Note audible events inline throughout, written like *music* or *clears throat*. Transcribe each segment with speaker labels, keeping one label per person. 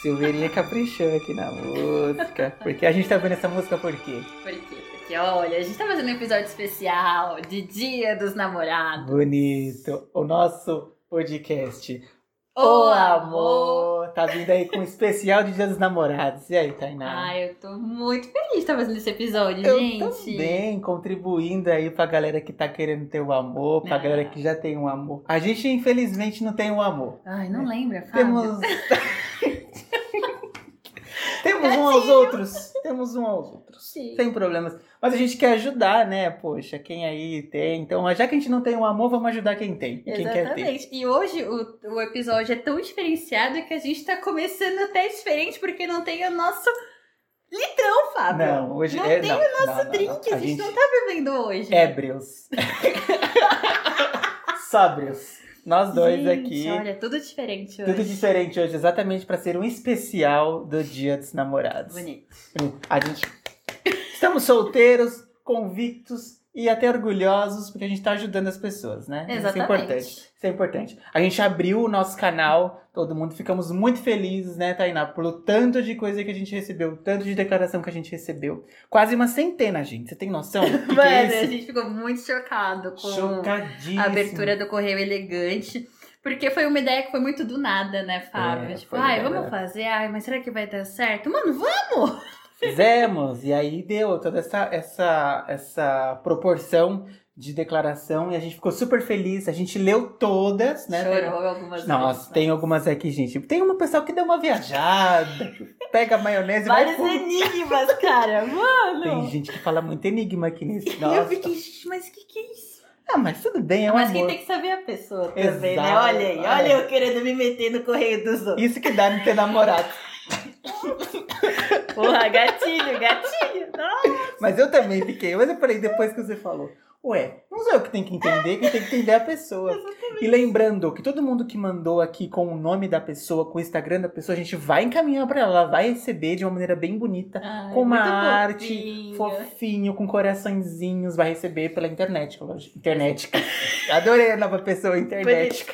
Speaker 1: Silveirinha caprichou aqui na música. Porque a gente tá vendo essa música por quê?
Speaker 2: Por quê? Porque, olha, a gente tá fazendo um episódio especial de Dia dos Namorados.
Speaker 1: Bonito. O nosso podcast.
Speaker 2: O
Speaker 1: O
Speaker 2: amor.
Speaker 1: amor! Tá vindo aí com um especial de Dia dos Namorados. E aí, Tainá?
Speaker 2: Ai, eu tô muito feliz de estar fazendo esse episódio,
Speaker 1: Eu
Speaker 2: gente.
Speaker 1: também, contribuindo aí pra galera que tá querendo ter o amor, pra
Speaker 2: Ah.
Speaker 1: galera que já tem um amor. A gente, infelizmente, não tem um amor.
Speaker 2: Ai, não lembra, Fábio?
Speaker 1: *laughs* Temos. Temos um aos outros. Temos um aos outros.
Speaker 2: Sim.
Speaker 1: Sem problemas. Mas a gente quer ajudar, né? Poxa, quem aí tem. Então, já que a gente não tem um amor, vamos ajudar quem tem. e Quem quer ter.
Speaker 2: Exatamente. E hoje o, o episódio é tão diferenciado que a gente tá começando até diferente, porque não tem o nosso litrão, Fábio.
Speaker 1: Não, hoje
Speaker 2: Não
Speaker 1: é.
Speaker 2: tem
Speaker 1: não,
Speaker 2: o
Speaker 1: não,
Speaker 2: nosso
Speaker 1: não, não. É,
Speaker 2: drink, a, gente não tá bebendo hoje.
Speaker 1: Ébrios. *laughs* Sóbrios. Nós dois
Speaker 2: Gente,
Speaker 1: aqui.
Speaker 2: Olha, tudo diferente hoje.
Speaker 1: Tudo diferente hoje, exatamente para ser um especial do Dia dos Namorados.
Speaker 2: Bonito.
Speaker 1: A gente. Estamos solteiros, convictos e até orgulhosos porque a gente tá ajudando as pessoas, né? Isso é
Speaker 2: Exatamente.
Speaker 1: importante. Isso é importante. A gente abriu o nosso canal, todo mundo ficamos muito felizes, né, Tainá? Pelo tanto de coisa que a gente recebeu, o tanto de declaração que a gente recebeu. Quase uma centena, gente. Você tem noção? do que que
Speaker 2: Mano,
Speaker 1: é
Speaker 2: a
Speaker 1: isso?
Speaker 2: gente ficou muito chocado com
Speaker 1: Chocadíssimo.
Speaker 2: a abertura do Correio Elegante. Porque foi uma ideia que foi muito do nada, né, Fábio?
Speaker 1: É,
Speaker 2: tipo,
Speaker 1: foi
Speaker 2: ai,
Speaker 1: nada.
Speaker 2: vamos fazer, ai, mas será que vai dar certo? Mano, vamos!
Speaker 1: Fizemos, e aí deu toda essa, essa, essa proporção de declaração e a gente ficou super feliz. A gente leu todas, né?
Speaker 2: Chorou algumas né?
Speaker 1: Nossa, tem algumas aqui, gente. Tem uma pessoa que deu uma viajada, que pega a maionese e vai
Speaker 2: Vários
Speaker 1: fundo.
Speaker 2: enigmas,
Speaker 1: *laughs*
Speaker 2: cara, mano!
Speaker 1: Tem gente que fala muito enigma aqui
Speaker 2: *laughs*
Speaker 1: nesse.
Speaker 2: E eu
Speaker 1: Nossa.
Speaker 2: fiquei, gente, mas o que, que é isso?
Speaker 1: Ah, mas tudo bem, é um
Speaker 2: mas quem
Speaker 1: amor.
Speaker 2: tem que saber é a pessoa também,
Speaker 1: Exato.
Speaker 2: né? Olha aí, olha eu querendo me meter no correio dos outros.
Speaker 1: Isso que dá não ter namorado.
Speaker 2: Porra, gatilho, gatilho! Nossa.
Speaker 1: Mas eu também fiquei. Mas eu falei depois que você falou. Ué, não sou eu que tenho que entender, quem tem que entender é a pessoa. E lembrando que todo mundo que mandou aqui com o nome da pessoa, com o Instagram da pessoa, a gente vai encaminhar pra ela, ela vai receber de uma maneira bem bonita,
Speaker 2: Ai,
Speaker 1: com uma
Speaker 2: muito
Speaker 1: arte
Speaker 2: fofinho.
Speaker 1: fofinho, com coraçõezinhos, vai receber pela internet, lógico. Internet. *laughs* Adorei a nova pessoa, internet.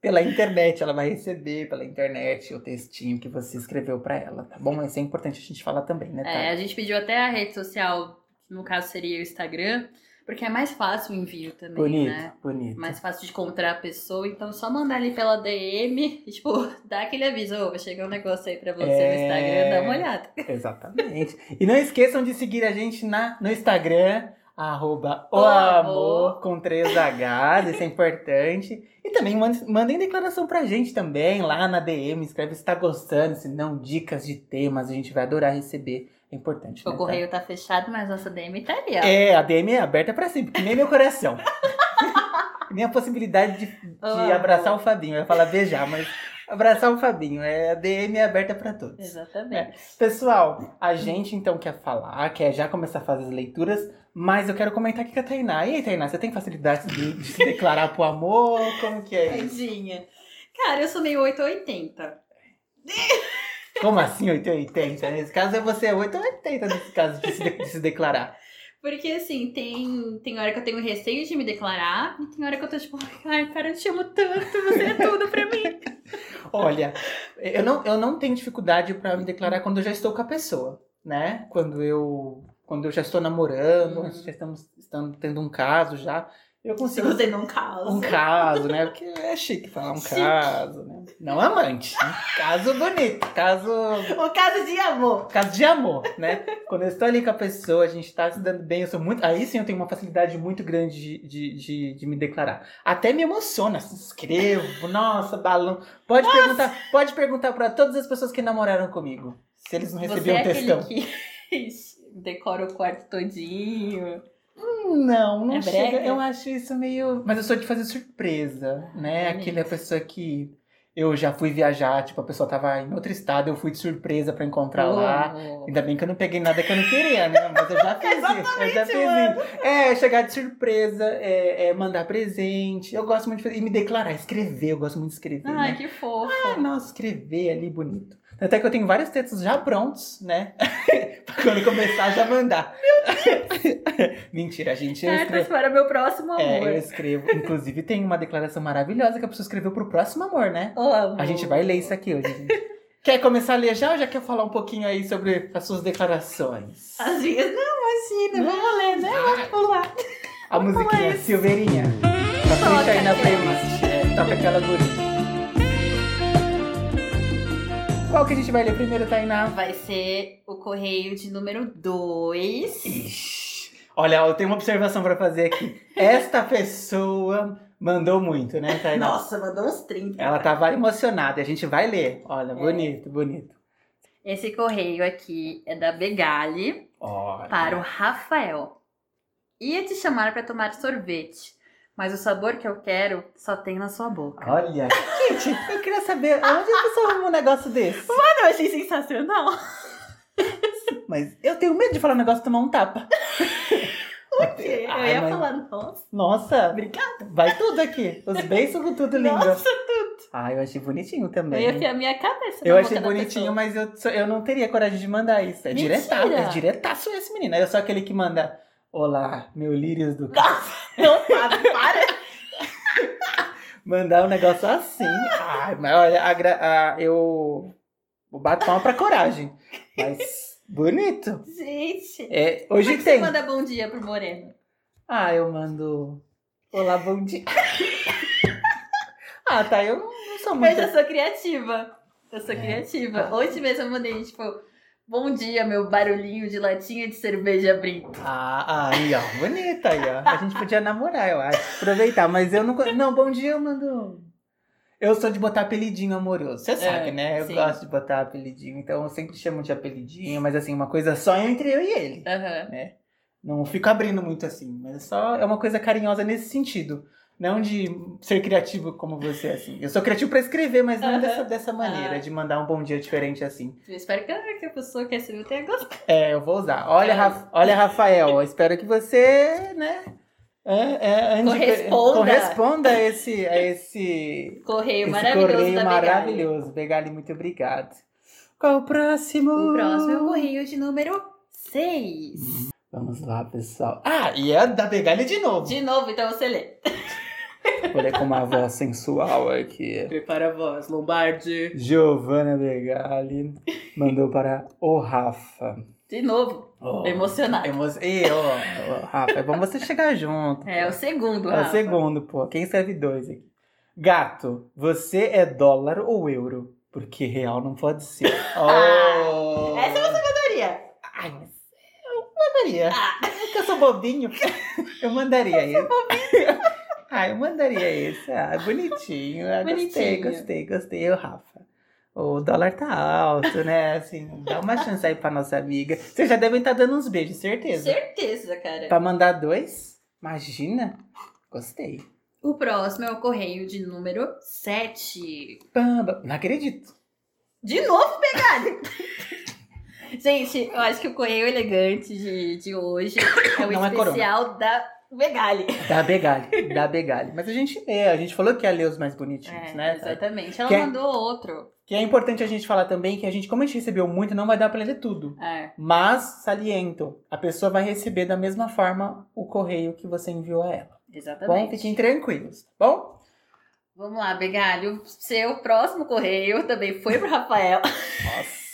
Speaker 1: Pela internet, ela vai receber pela internet o textinho que você escreveu pra ela, tá bom? Isso é importante a gente falar também, né, Thay?
Speaker 2: É, a gente pediu até a rede social, que no caso seria o Instagram, porque é mais fácil o envio também,
Speaker 1: Bonito,
Speaker 2: né?
Speaker 1: bonito.
Speaker 2: Mais fácil de encontrar a pessoa, então só mandar ali pela DM e, tipo, *laughs* dá aquele aviso, ô, vai chegar um negócio aí pra você no
Speaker 1: É.
Speaker 2: Instagram, dá uma olhada. Tipo,
Speaker 1: Exatamente. E não esqueçam de seguir a gente na, no Instagram, arroba o
Speaker 2: O
Speaker 1: amor,
Speaker 2: Amor.
Speaker 1: com 3Hs, isso é importante. E também mand- mandem declaração pra gente também, lá na DM, escreve se tá gostando, se não, dicas de temas, a gente vai adorar receber. É importante.
Speaker 2: O
Speaker 1: né,
Speaker 2: correio tá fechado, mas nossa DM tá ali, ó.
Speaker 1: tá? É, a DM é aberta pra sempre, que nem meu
Speaker 2: *laughs*
Speaker 1: coração. nem a possibilidade de, de
Speaker 2: O amor.
Speaker 1: abraçar o Fabinho. Eu ia falar beijar, mas abraçar o Fabinho. É, a DM é aberta pra todos.
Speaker 2: Exatamente.
Speaker 1: É. Pessoal, a gente então quer falar, quer já começar a fazer as leituras, mas eu quero comentar aqui com a Tainá. E aí, Tainá, você tem facilidade de, de se declarar pro amor? Como que é isso?
Speaker 2: Tadinha. Cara, eu sou meio 880.
Speaker 1: Como assim 880? Nesse caso, é você é 880 nesse caso de se, de- de se declarar.
Speaker 2: Porque assim, tem, tem hora que eu tenho receio de me declarar, e tem hora que eu tô tipo, ai, cara, eu te amo tanto, você é tudo pra mim.
Speaker 1: Olha, eu não, eu não tenho dificuldade pra me declarar quando eu já estou com a pessoa, né? Quando eu, quando eu já estou namorando,
Speaker 2: Uhum.
Speaker 1: já estamos, estamos tendo um caso já, eu
Speaker 2: *laughs* Se
Speaker 1: consigo
Speaker 2: você não causa.
Speaker 1: Um caso, né? Porque é chique falar um
Speaker 2: Chique.
Speaker 1: caso, né? Não amante. né? Caso bonito, caso.
Speaker 2: O caso de amor.
Speaker 1: Caso de amor, né? Quando eu estou ali com a pessoa, a gente tá se dando bem, eu sou muito. Aí sim eu tenho uma facilidade muito grande de, de, de, de me declarar. Até me emociona, se inscrevo, nossa, balão. Pode perguntar, pode perguntar pra todas as pessoas que namoraram comigo. Se eles não um
Speaker 2: Você
Speaker 1: recebiam
Speaker 2: é
Speaker 1: textão.
Speaker 2: aquele que *laughs* decora o quarto todinho.
Speaker 1: Não, não
Speaker 2: É brega?
Speaker 1: chega. Eu acho isso meio. Mas eu sou de fazer surpresa, né?
Speaker 2: bonito.
Speaker 1: Aquele é a pessoa que. Eu já fui viajar, tipo, a pessoa tava em outro estado, eu fui de surpresa pra encontrar lá.
Speaker 2: Oh.
Speaker 1: Ainda bem que eu não peguei nada que eu não queria, né? Mas eu *laughs* já fiz isso. Eu já fiz isso. É, chegar de surpresa, é, é mandar presente. Eu gosto muito de fazer. E me declarar, escrever, eu gosto muito de escrever. né?
Speaker 2: Ai, que fofo.
Speaker 1: Ah, nossa, escrever ali bonito. Até que eu tenho vários textos já prontos, né? *laughs* pra quando começar já mandar. *laughs* Mentira, gente, eu
Speaker 2: Cartas
Speaker 1: escrevo.
Speaker 2: para meu próximo tá um amor.
Speaker 1: É, eu escrevo. Inclusive, tem uma declaração maravilhosa que a pessoa escreveu pro próximo amor, né?
Speaker 2: Oh, amor. *laughs*
Speaker 1: A gente vai ler isso aqui hoje, gente. Quer começar a ler já ou já quer falar um pouquinho aí sobre as suas declarações?
Speaker 2: Às vezes, não, imagina, vamos ler, né?
Speaker 1: Vai.
Speaker 2: Vamos lá.
Speaker 1: A
Speaker 2: Vamos falar
Speaker 1: musiquinha
Speaker 2: então é isso.
Speaker 1: Silveirinha. Capricha aí na
Speaker 2: aquela.
Speaker 1: playlist. É, toca aquela gurinha. Qual que a gente vai ler primeiro, Tainá?
Speaker 2: Vai ser o correio de número 2.
Speaker 1: Ixi. Olha, eu tenho uma observação pra fazer aqui. Esta pessoa mandou muito, né, Tainá?
Speaker 2: Nossa, mandou uns 30.
Speaker 1: Ela tá tava emocionada. A gente vai ler. Olha,
Speaker 2: É.
Speaker 1: bonito, bonito.
Speaker 2: Esse correio aqui é da Begali.
Speaker 1: Olha.
Speaker 2: para um o Rafael. Ia te chamar para tomar sorvete, mas o sabor que eu quero só tem na sua boca.
Speaker 1: Olha. Gente, eu queria saber onde a pessoa arruma um negócio desse.
Speaker 2: Mano, eu Ah, achei sensacional.
Speaker 1: Mas eu tenho medo de falar um negócio e tomar um tapa.
Speaker 2: Por quê? Eu
Speaker 1: Ai,
Speaker 2: ia
Speaker 1: mas-
Speaker 2: falar, nossa.
Speaker 1: Nossa,
Speaker 2: Obrigada.
Speaker 1: vai tudo aqui. Os beijos com tudo lindo.
Speaker 2: Nossa,
Speaker 1: Ah, eu achei bonitinho
Speaker 2: eu
Speaker 1: também.
Speaker 2: ia enfiar minha cabeça na
Speaker 1: Eu
Speaker 2: boca
Speaker 1: achei
Speaker 2: da
Speaker 1: bonitinho,
Speaker 2: tá pessoa.
Speaker 1: mas eu, sou- eu não teria coragem de mandar isso. É
Speaker 2: Mentira!
Speaker 1: diretaço, é diretaço esse menino. Eu sou aquele que manda, olá, meu lírios do... *laughs*
Speaker 2: Não, Fábio, para.
Speaker 1: Mandar um negócio assim. Ai, mas olha, a gra- a- eu eu bato palma pra coragem. Mas bonito.
Speaker 2: Gente.
Speaker 1: É,
Speaker 2: Como é
Speaker 1: hoje
Speaker 2: que
Speaker 1: tem.
Speaker 2: você manda bom dia pro Moreno?
Speaker 1: Ah, eu mando, olá, bom dia. *laughs* ah, tá, eu não, não sou muito...
Speaker 2: Mas eu sou criativa. Eu sou
Speaker 1: É.
Speaker 2: criativa. Hoje mesmo eu mandei, tipo, bom dia, meu barulhinho de latinha de cerveja brito.
Speaker 1: Ah, ah, aí, ó, bonita aí, ó. A gente podia namorar, eu acho. Aproveitar, mas eu não. co- Não, bom dia, eu mando. Eu sou de botar apelidinho amoroso. Você sabe, né? Eu
Speaker 2: É, sim.
Speaker 1: gosto de botar apelidinho, então eu sempre chamo de apelidinho, mas assim, uma coisa só entre eu e ele.
Speaker 2: Aham.
Speaker 1: Não fico abrindo muito assim, mas é só é uma coisa carinhosa nesse sentido. Não de ser criativo como você, assim. Eu sou criativo pra escrever, mas não
Speaker 2: Aham.
Speaker 1: dessa, dessa maneira,
Speaker 2: Ah.
Speaker 1: de mandar um bom dia diferente assim.
Speaker 2: Eu espero que que a pessoa que recebeu tenha gostado.
Speaker 1: É, eu vou usar. Olha,
Speaker 2: É.
Speaker 1: Raf- olha Rafael, eu espero que você, né? é, é, ande-
Speaker 2: Corresponda.
Speaker 1: corresponda a esse,
Speaker 2: *laughs*
Speaker 1: a esse,
Speaker 2: Correio
Speaker 1: esse
Speaker 2: maravilhoso
Speaker 1: correio
Speaker 2: da Begali.
Speaker 1: maravilhoso. Begali, muito obrigado. Qual o próximo?
Speaker 2: O próximo é o correio de número 6.
Speaker 1: Vamos lá, pessoal. Ah, e é da Begali de novo.
Speaker 2: De novo, então você lê.
Speaker 1: Vou ler com uma voz sensual aqui. é.
Speaker 2: Prepara a voz, Lombardi.
Speaker 1: Giovana Begali mandou para o Rafa.
Speaker 2: De novo,
Speaker 1: Oh.
Speaker 2: emocionado.
Speaker 1: Emo... Ih, ó, ó, Rafa, é bom você chegar junto.
Speaker 2: É o segundo,
Speaker 1: É
Speaker 2: Rafa.
Speaker 1: o segundo, pô. Quem serve dois aqui? Gato, você é dólar ou euro? Porque real não pode
Speaker 2: *laughs*
Speaker 1: ser. Oh.
Speaker 2: Ah, Essa você mandaria.
Speaker 1: Ai, mas eu mandaria.
Speaker 2: Ah.
Speaker 1: É que eu sou
Speaker 2: *laughs*
Speaker 1: bobinho. Eu mandaria esse. Eu *laughs* ah, eu mandaria esse. Ah, bonitinho. Ah, Gostei,
Speaker 2: Bonitinho.
Speaker 1: gostei, gostei. Eu, Rafa. O dólar tá alto, né? Assim, dá uma chance aí pra nossa amiga. Vocês já devem estar dando uns beijos, certeza.
Speaker 2: Certeza, cara.
Speaker 1: Pra mandar dois? Imagina. Gostei.
Speaker 2: O próximo é o correio de número 7.
Speaker 1: Pamba. Não acredito.
Speaker 2: De novo, pegado. *laughs* Gente, eu acho que o correio elegante de, de hoje é o
Speaker 1: Não é corona.
Speaker 2: especial da
Speaker 1: *laughs*
Speaker 2: Begali.
Speaker 1: Da Begali, da Begali. Mas a gente é, a gente falou que ia ler os mais bonitinhos, né?
Speaker 2: É, exatamente. Ela
Speaker 1: Quer-
Speaker 2: mandou outro.
Speaker 1: Que é importante a gente falar também que a gente, como a gente recebeu muito, não vai dar pra ler tudo.
Speaker 2: É.
Speaker 1: Mas, saliento, a pessoa vai receber da mesma forma o correio que você enviou a ela. Tá bom?
Speaker 2: Exatamente.
Speaker 1: Fiquem tranquilos, tá bom?
Speaker 2: Vamos lá, Begali. O seu próximo correio também foi pro Rafael. *laughs*
Speaker 1: Nossa.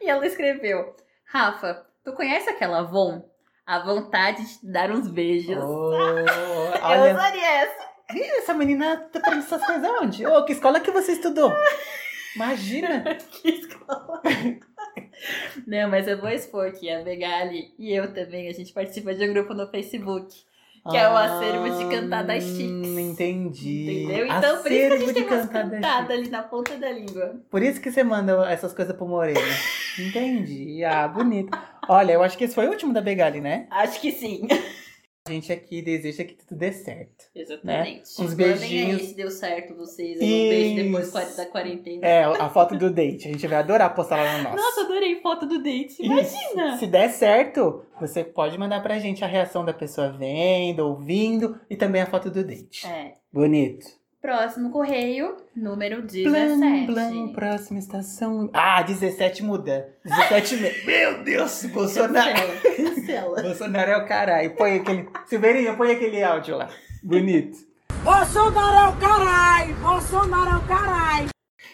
Speaker 2: E ela escreveu: Rafa, tu conhece aquela Avon? A vontade de te dar uns beijos.
Speaker 1: Oh,
Speaker 2: *laughs* Eu
Speaker 1: olha,
Speaker 2: usaria essa.
Speaker 1: Ih, essa menina tá aprendendo essas coisas onde? Ô, que escola que você estudou? Imagina.
Speaker 2: Que escola. Não, mas eu vou expor que a Begali e eu também, a gente participa de um grupo no Facebook. *laughs* Que é o acervo de cantadas chiques.
Speaker 1: Ah, Entendi.
Speaker 2: Entendeu? Então, por isso que a gente
Speaker 1: Acervo de
Speaker 2: tem umas
Speaker 1: cantadas
Speaker 2: cantadas ali na ponta da língua.
Speaker 1: Por isso que você manda essas coisas pro Moreno. Entendi. Ah, bonito. Olha, eu acho que esse foi o último da Begali, né?
Speaker 2: Acho que sim.
Speaker 1: A gente aqui deseja que tudo dê certo.
Speaker 2: Exatamente.
Speaker 1: Uns
Speaker 2: Mandem aí
Speaker 1: beijinhos.
Speaker 2: se deu certo vocês. Eu um beijo depois
Speaker 1: Isso.
Speaker 2: da quarentena.
Speaker 1: É, a foto do date. A gente vai adorar postar lá no nosso.
Speaker 2: Nossa, adorei foto do date.
Speaker 1: E
Speaker 2: Imagina!
Speaker 1: Se der certo, você pode mandar pra gente a reação da pessoa vendo, ouvindo e também a foto do date.
Speaker 2: É.
Speaker 1: Bonito.
Speaker 2: Próximo correio, número
Speaker 1: Blam,
Speaker 2: 17.
Speaker 1: blam, próxima estação. Ah, 17 muda. 17 me... Meu Deus, Bolsonaro.
Speaker 2: Cancela, cancela.
Speaker 1: Bolsonaro é o caralho. Põe aquele. Silveirinha, põe aquele áudio lá. Bonito.
Speaker 3: Bolsonaro é o caralho! Bolsonaro é o caralho!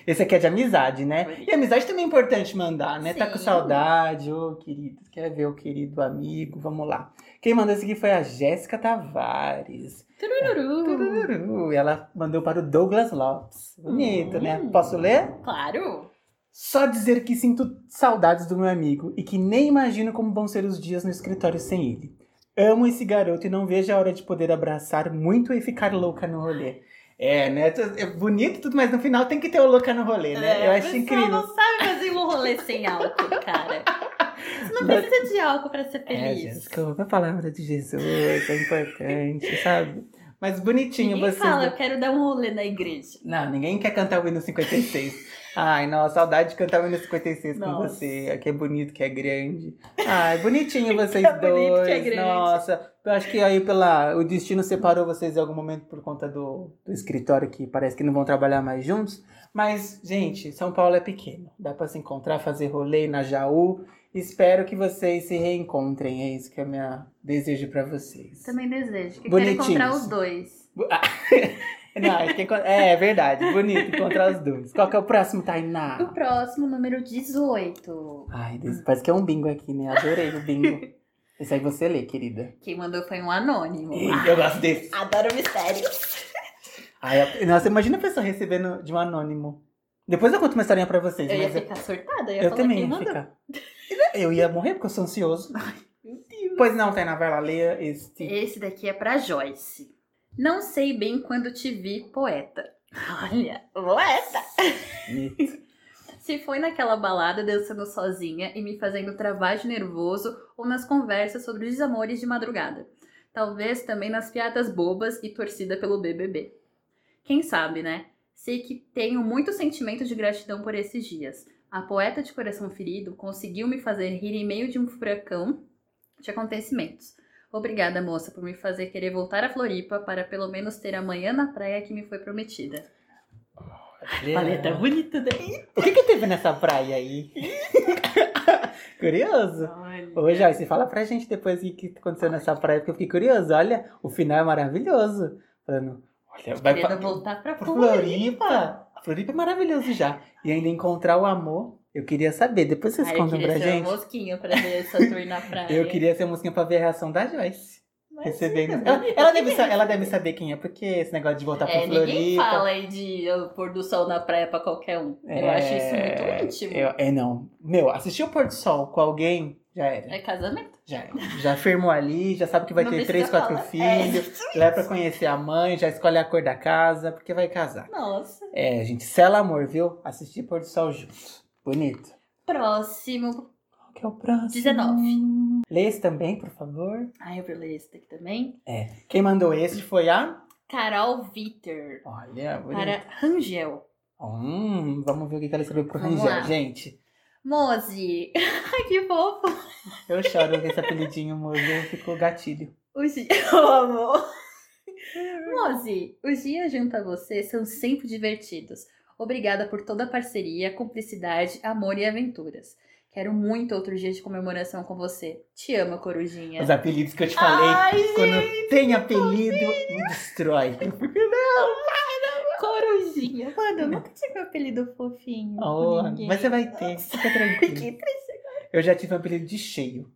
Speaker 1: Esse aqui é de amizade, né?
Speaker 2: Bonito.
Speaker 1: E amizade também é importante mandar, né? Tá com
Speaker 2: Sim.
Speaker 1: saudade, ô querido. Quer ver o querido amigo? Vamos lá. Quem mandou esse aqui foi a Jéssica Tavares.
Speaker 2: Tururu.
Speaker 1: Tururu. Ela mandou para o Douglas Lopes. Bonito,
Speaker 2: Hum.
Speaker 1: né? Posso ler?
Speaker 2: Claro.
Speaker 1: Só dizer que sinto saudades do meu amigo e que nem imagino como vão ser os dias no escritório sem ele. Amo esse garoto e não vejo a hora de poder abraçar muito e ficar louca no rolê. É, né? Tu- É bonito tudo, mas no final tem que ter o louca no rolê, né?
Speaker 2: É,
Speaker 1: Eu
Speaker 2: a
Speaker 1: acho
Speaker 2: pessoa
Speaker 1: incrível.
Speaker 2: não sabe fazer um rolê sem álcool, cara. Você não
Speaker 1: Mas-
Speaker 2: precisa de álcool pra ser
Speaker 1: É,
Speaker 2: feliz.
Speaker 1: Jéssica, ouve a palavra de Jesus é importante, sabe? Mas bonitinho
Speaker 2: Ninguém
Speaker 1: vocês.
Speaker 2: fala, eu quero dar um rolê na igreja.
Speaker 1: Não, ninguém quer cantar o hino 56. Ai, nossa, saudade de cantar o hino 56 com
Speaker 2: Nossa.
Speaker 1: você. Que é bonito, que é grande. Ai,
Speaker 2: *laughs*
Speaker 1: bonitinho vocês
Speaker 2: é
Speaker 1: dois.
Speaker 2: bonito, que é grande.
Speaker 1: Nossa, eu acho que aí pela o destino separou vocês em algum momento por conta do, do escritório que parece que não vão trabalhar mais juntos. Mas, gente, São Paulo é pequeno. Dá pra se encontrar, fazer rolê na Jaú. Espero que vocês se reencontrem. É isso que é meu desejo pra vocês.
Speaker 2: Também desejo, que eu quero
Speaker 1: Bonitinhos.
Speaker 2: encontrar os dois.
Speaker 1: Não, é, que- é, é verdade, bonito encontrar os dois. Qual que é o próximo, Tainá?
Speaker 2: O próximo, número 18.
Speaker 1: Ai, Deus, parece que é um bingo aqui, né? Adorei o
Speaker 2: *laughs*
Speaker 1: bingo. Esse aí você lê, querida.
Speaker 2: Quem mandou foi um anônimo.
Speaker 1: Eu gosto desse.
Speaker 2: Adoro mistério.
Speaker 1: Ai, eu- nossa, imagina a pessoa recebendo de um anônimo. Depois eu conto uma historinha pra vocês,
Speaker 2: Eu ia
Speaker 1: mas eu,
Speaker 2: ficar surtada, eu ia
Speaker 1: eu
Speaker 2: falar
Speaker 1: também
Speaker 2: quem
Speaker 1: ia
Speaker 2: mandou. *laughs*
Speaker 1: ficar. né, Eu ia morrer porque eu sou ansioso.
Speaker 2: Meu Deus.
Speaker 1: Pois não, Tainá, vai lá, leia este.
Speaker 2: Esse daqui é pra Joyce. Não sei bem quando te vi, poeta. Olha, poeta! É. *laughs* Se foi naquela balada dançando sozinha e me fazendo travar de nervoso ou nas conversas sobre os amores de madrugada. Talvez também nas piadas bobas e torcida pelo BBB. Quem sabe, né? Sei que tenho muito sentimento de gratidão por esses dias. A poeta de coração ferido conseguiu me fazer rir em meio de um furacão de acontecimentos. Obrigada, moça, por me fazer querer voltar à Floripa para pelo menos ter amanhã na praia que me foi prometida. Paleta bonita, né?
Speaker 1: O que que teve nessa praia
Speaker 2: *laughs*
Speaker 1: aí? Curioso. Ô, Joyce, fala pra gente depois o que aconteceu nessa praia, porque eu fiquei curioso. Olha, o final é maravilhoso. Falando, olha, vai pra,
Speaker 2: Querendo voltar pra né?
Speaker 1: pra
Speaker 2: Floripa.
Speaker 1: Floripa. A Floripa é maravilhoso já. E ainda encontrar o amor, eu queria saber. Depois vocês
Speaker 2: Ah, eu
Speaker 1: contam
Speaker 2: queria
Speaker 1: pra
Speaker 2: ser uma
Speaker 1: gente.
Speaker 2: mosquinha pra ver essa tour
Speaker 1: *laughs*
Speaker 2: na praia.
Speaker 1: Eu queria ser música pra ver a reação da Joyce.
Speaker 2: Mas
Speaker 1: recebendo.
Speaker 2: sim,
Speaker 1: Ela,
Speaker 2: também.
Speaker 1: ela deve, sa- ela deve saber quem é, porque esse negócio de voltar pra
Speaker 2: É, ninguém
Speaker 1: Floripa.
Speaker 2: fala aí de ó, pôr do sol na praia pra qualquer um. Eu
Speaker 1: É,
Speaker 2: acho isso muito íntimo.
Speaker 1: eu- é, não. Meu, assistir o pôr do sol com alguém, já era.
Speaker 2: É casamento.
Speaker 1: Já era. Já firmou ali, já sabe que vai
Speaker 2: Não
Speaker 1: ter
Speaker 2: precisa
Speaker 1: três, quatro
Speaker 2: falar. É, *laughs*
Speaker 1: filhos. Leva pra conhecer a mãe, já escolhe a cor da casa, porque vai casar.
Speaker 2: É. Nossa.
Speaker 1: É, gente, sela amor, viu? Assistir pôr do sol juntos. Bonito.
Speaker 2: Próximo.
Speaker 1: Qual que é o próximo?
Speaker 2: 19.
Speaker 1: Lê esse também, por favor.
Speaker 2: Ai, eu vou ler esse daqui também.
Speaker 1: Quem mandou esse foi a...
Speaker 2: Carol Vitter.
Speaker 1: Olha, bonito.
Speaker 2: Para Rangel.
Speaker 1: Hum, vamos ver o que que ela escreveu pro
Speaker 2: Vamos
Speaker 1: Rangel.
Speaker 2: lá.
Speaker 1: Gente,
Speaker 2: Mozi. *laughs* Ai, que fofo.
Speaker 1: eu choro com esse apelidinho, moço. Eu fico gatilho.
Speaker 2: Os dias. *laughs* Eu amo.
Speaker 1: É
Speaker 2: Mozi, os dias junto a você são sempre divertidos. Obrigada por toda a parceria, cumplicidade, amor e aventuras. Quero muito outro dia de comemoração com você. Te amo, corujinha.
Speaker 1: Os apelidos que eu te falei.
Speaker 2: É. Ai,
Speaker 1: quando tem apelido, me destrói. é-
Speaker 2: corujinha. Mano, eu nunca tive um apelido fofinho.
Speaker 1: Oh,
Speaker 2: com ninguém.
Speaker 1: Hum. mas você vai ter, fica
Speaker 2: Fiquei
Speaker 1: tranquilo.
Speaker 2: triste.
Speaker 1: Eu já tive um apelido de cheio.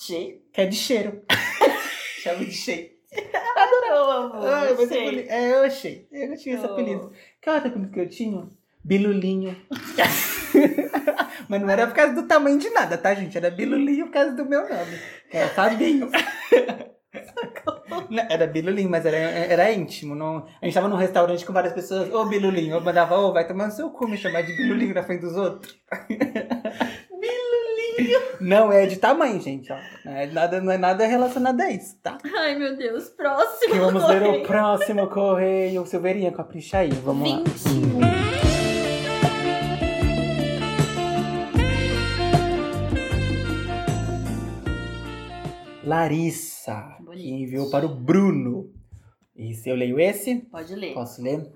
Speaker 2: Gente,
Speaker 1: Que é de cheiro. *laughs* Chama de cheiro.
Speaker 2: eu amo.
Speaker 1: Ah, mas é,
Speaker 2: Gente.
Speaker 1: apeli- é, eu achei. Eu não tinha esse
Speaker 2: Oh.
Speaker 1: apelido. Qual era o apelido que eu tinha? Bilulinho. *laughs* mas não era por causa do tamanho de nada, tá, gente? Era Bilulinho por causa do meu nome. que Era Fabinho. Não, *laughs* Era Bilulinho, mas era, era íntimo. não- A gente tava num restaurante com várias pessoas. Ô, Bilulinho. Eu mandava, ô, vai tomar no seu cu me chamar de Bilulinho na frente dos outros. Bilulinho. Não é de tamanho, gente. Ó. Não, é nada, não é nada relacionado a isso, tá?
Speaker 2: Ai, meu Deus. Próximo.
Speaker 1: Que vamos ler o *laughs*
Speaker 2: correio.
Speaker 1: próximo correio. Silveirinha, capricha aí. Vamos lá.
Speaker 2: 21.
Speaker 1: Larissa, que
Speaker 2: Bonito.
Speaker 1: enviou para o Bruno. E se eu leio esse,
Speaker 2: Pode ler.
Speaker 1: posso ler?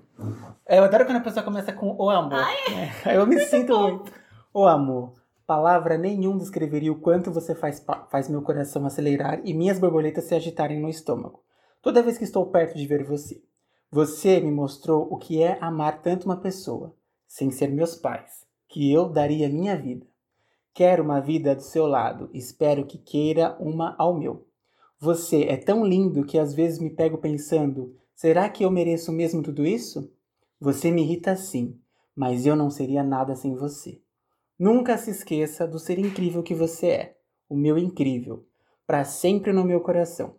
Speaker 1: Eu adoro quando a pessoa começa com o amor. *laughs* É, eu me sinto muito. O amor. Palavra nenhuma descreveria o quanto você faz, pa- faz meu coração acelerar e minhas borboletas se agitarem no estômago. Toda vez que estou perto de ver você. Você me mostrou o que é amar tanto uma pessoa. sem ser meus pais, que eu daria minha vida. Quero uma vida do seu lado, espero que queira uma ao meu. Você é tão lindo que às vezes me pego pensando: será que eu mereço mesmo tudo isso? Você me irrita sim, mas eu não seria nada sem você. Nunca se esqueça do ser incrível que você é, o meu incrível, para sempre no meu coração.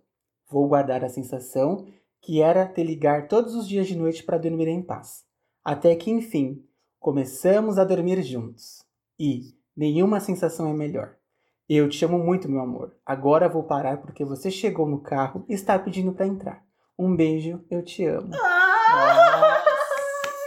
Speaker 1: Vou guardar a sensação que era te ligar todos os dias de noite para dormir em paz. Até que, enfim, começamos a dormir juntos. E nenhuma sensação é melhor. Eu te amo muito, meu amor. Agora vou parar porque você chegou no carro e está pedindo para entrar. Um beijo, eu te amo.
Speaker 2: *laughs* Ah,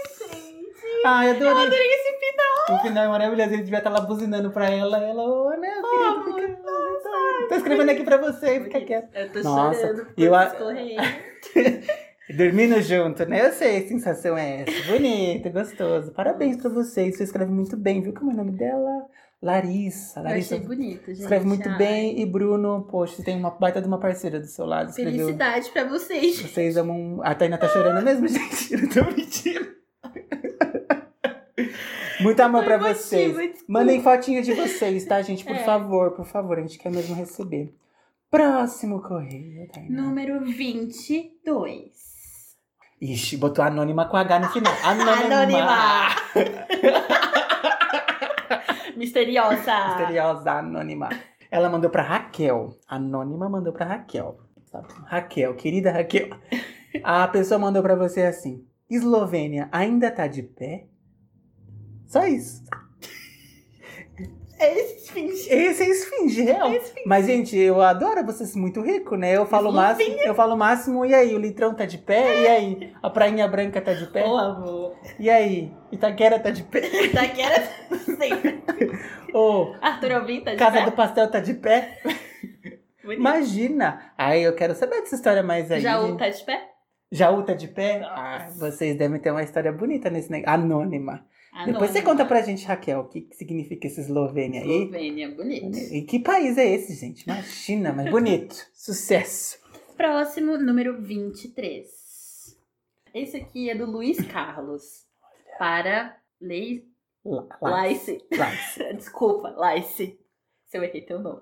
Speaker 2: gente.
Speaker 1: Ai,
Speaker 2: Eu
Speaker 1: Ah, adorei.
Speaker 2: adorei esse final.
Speaker 1: O final é maravilhoso. Ele devia estar lá buzinando pra ela. Ela, ô, né,
Speaker 2: Oh,
Speaker 1: querido, fica... Tô escrevendo aqui pra você, fica quieto.
Speaker 2: Eu tô
Speaker 1: Nossa,
Speaker 2: chorando por
Speaker 1: eu a-
Speaker 2: escorrer.
Speaker 1: Dormindo junto, né? Eu sei, que sensação é essa. Bonito, gostoso. Parabéns pra vocês. Você escreve muito bem, viu? Como é o nome dela? Larissa.
Speaker 2: Eu achei
Speaker 1: Larissa
Speaker 2: bonito, gente.
Speaker 1: escreve muito
Speaker 2: Ai,
Speaker 1: bem. E Bruno, poxa, você tem uma baita de uma parceira do seu lado. Escreveu.
Speaker 2: Felicidade pra
Speaker 1: *laughs*
Speaker 2: vocês.
Speaker 1: Vocês amam. A Taina tá chorando mesmo, *laughs* gente. Eu tô mentindo. Muito amor
Speaker 2: Foi
Speaker 1: pra
Speaker 2: emotivo,
Speaker 1: vocês.
Speaker 2: desculpa.
Speaker 1: Mandem fotinha de vocês, tá, gente? Por
Speaker 2: É.
Speaker 1: favor, por favor. A gente quer mesmo receber. Próximo correio, Tainá.
Speaker 2: Número 22.
Speaker 1: Ixi, botou anônima com H no final. Anônima.
Speaker 2: *laughs* Misteriosa.
Speaker 1: Misteriosa, anônima. Ela mandou pra Raquel. Anônima mandou pra Raquel. Tá Raquel, querida Raquel. A pessoa mandou pra você assim: Eslovênia ainda tá de pé? Só isso.
Speaker 2: É esfinge.
Speaker 1: Esse é esfinge, real. Mas, gente, eu adoro vocês muito rico, né? Eu falo o máximo, eu falo o máximo, e aí? O litrão tá de pé? E aí? A prainha branca tá de pé?
Speaker 2: Ô, amor.
Speaker 1: E aí? Itaquera tá de pé?
Speaker 2: *laughs* Daquela sempre.
Speaker 1: Ô,
Speaker 2: Arthur Alvim tá de
Speaker 1: Casa
Speaker 2: pé.
Speaker 1: do Pastel tá de pé?
Speaker 2: Bonito.
Speaker 1: Imagina! Aí eu quero saber dessa história mais aí.
Speaker 2: Já
Speaker 1: gente.
Speaker 2: o tá de pé?
Speaker 1: Jaú tá de pé?
Speaker 2: Nossa.
Speaker 1: Ah, vocês devem ter uma história bonita nesse negócio. Anônima. Depois você
Speaker 2: Anônima.
Speaker 1: conta pra gente, Raquel, o que que significa esse Eslovênia aí.
Speaker 2: Eslovênia, bonito.
Speaker 1: E que país é esse, gente? Imagina, mas
Speaker 2: *laughs*
Speaker 1: bonito. Sucesso.
Speaker 2: Próximo, número 23. Esse aqui é do Luiz Carlos. Para Lei...
Speaker 1: Lá, lá,
Speaker 2: Laice.
Speaker 1: lá.
Speaker 2: Desculpa, Laice. Se eu errei teu nome.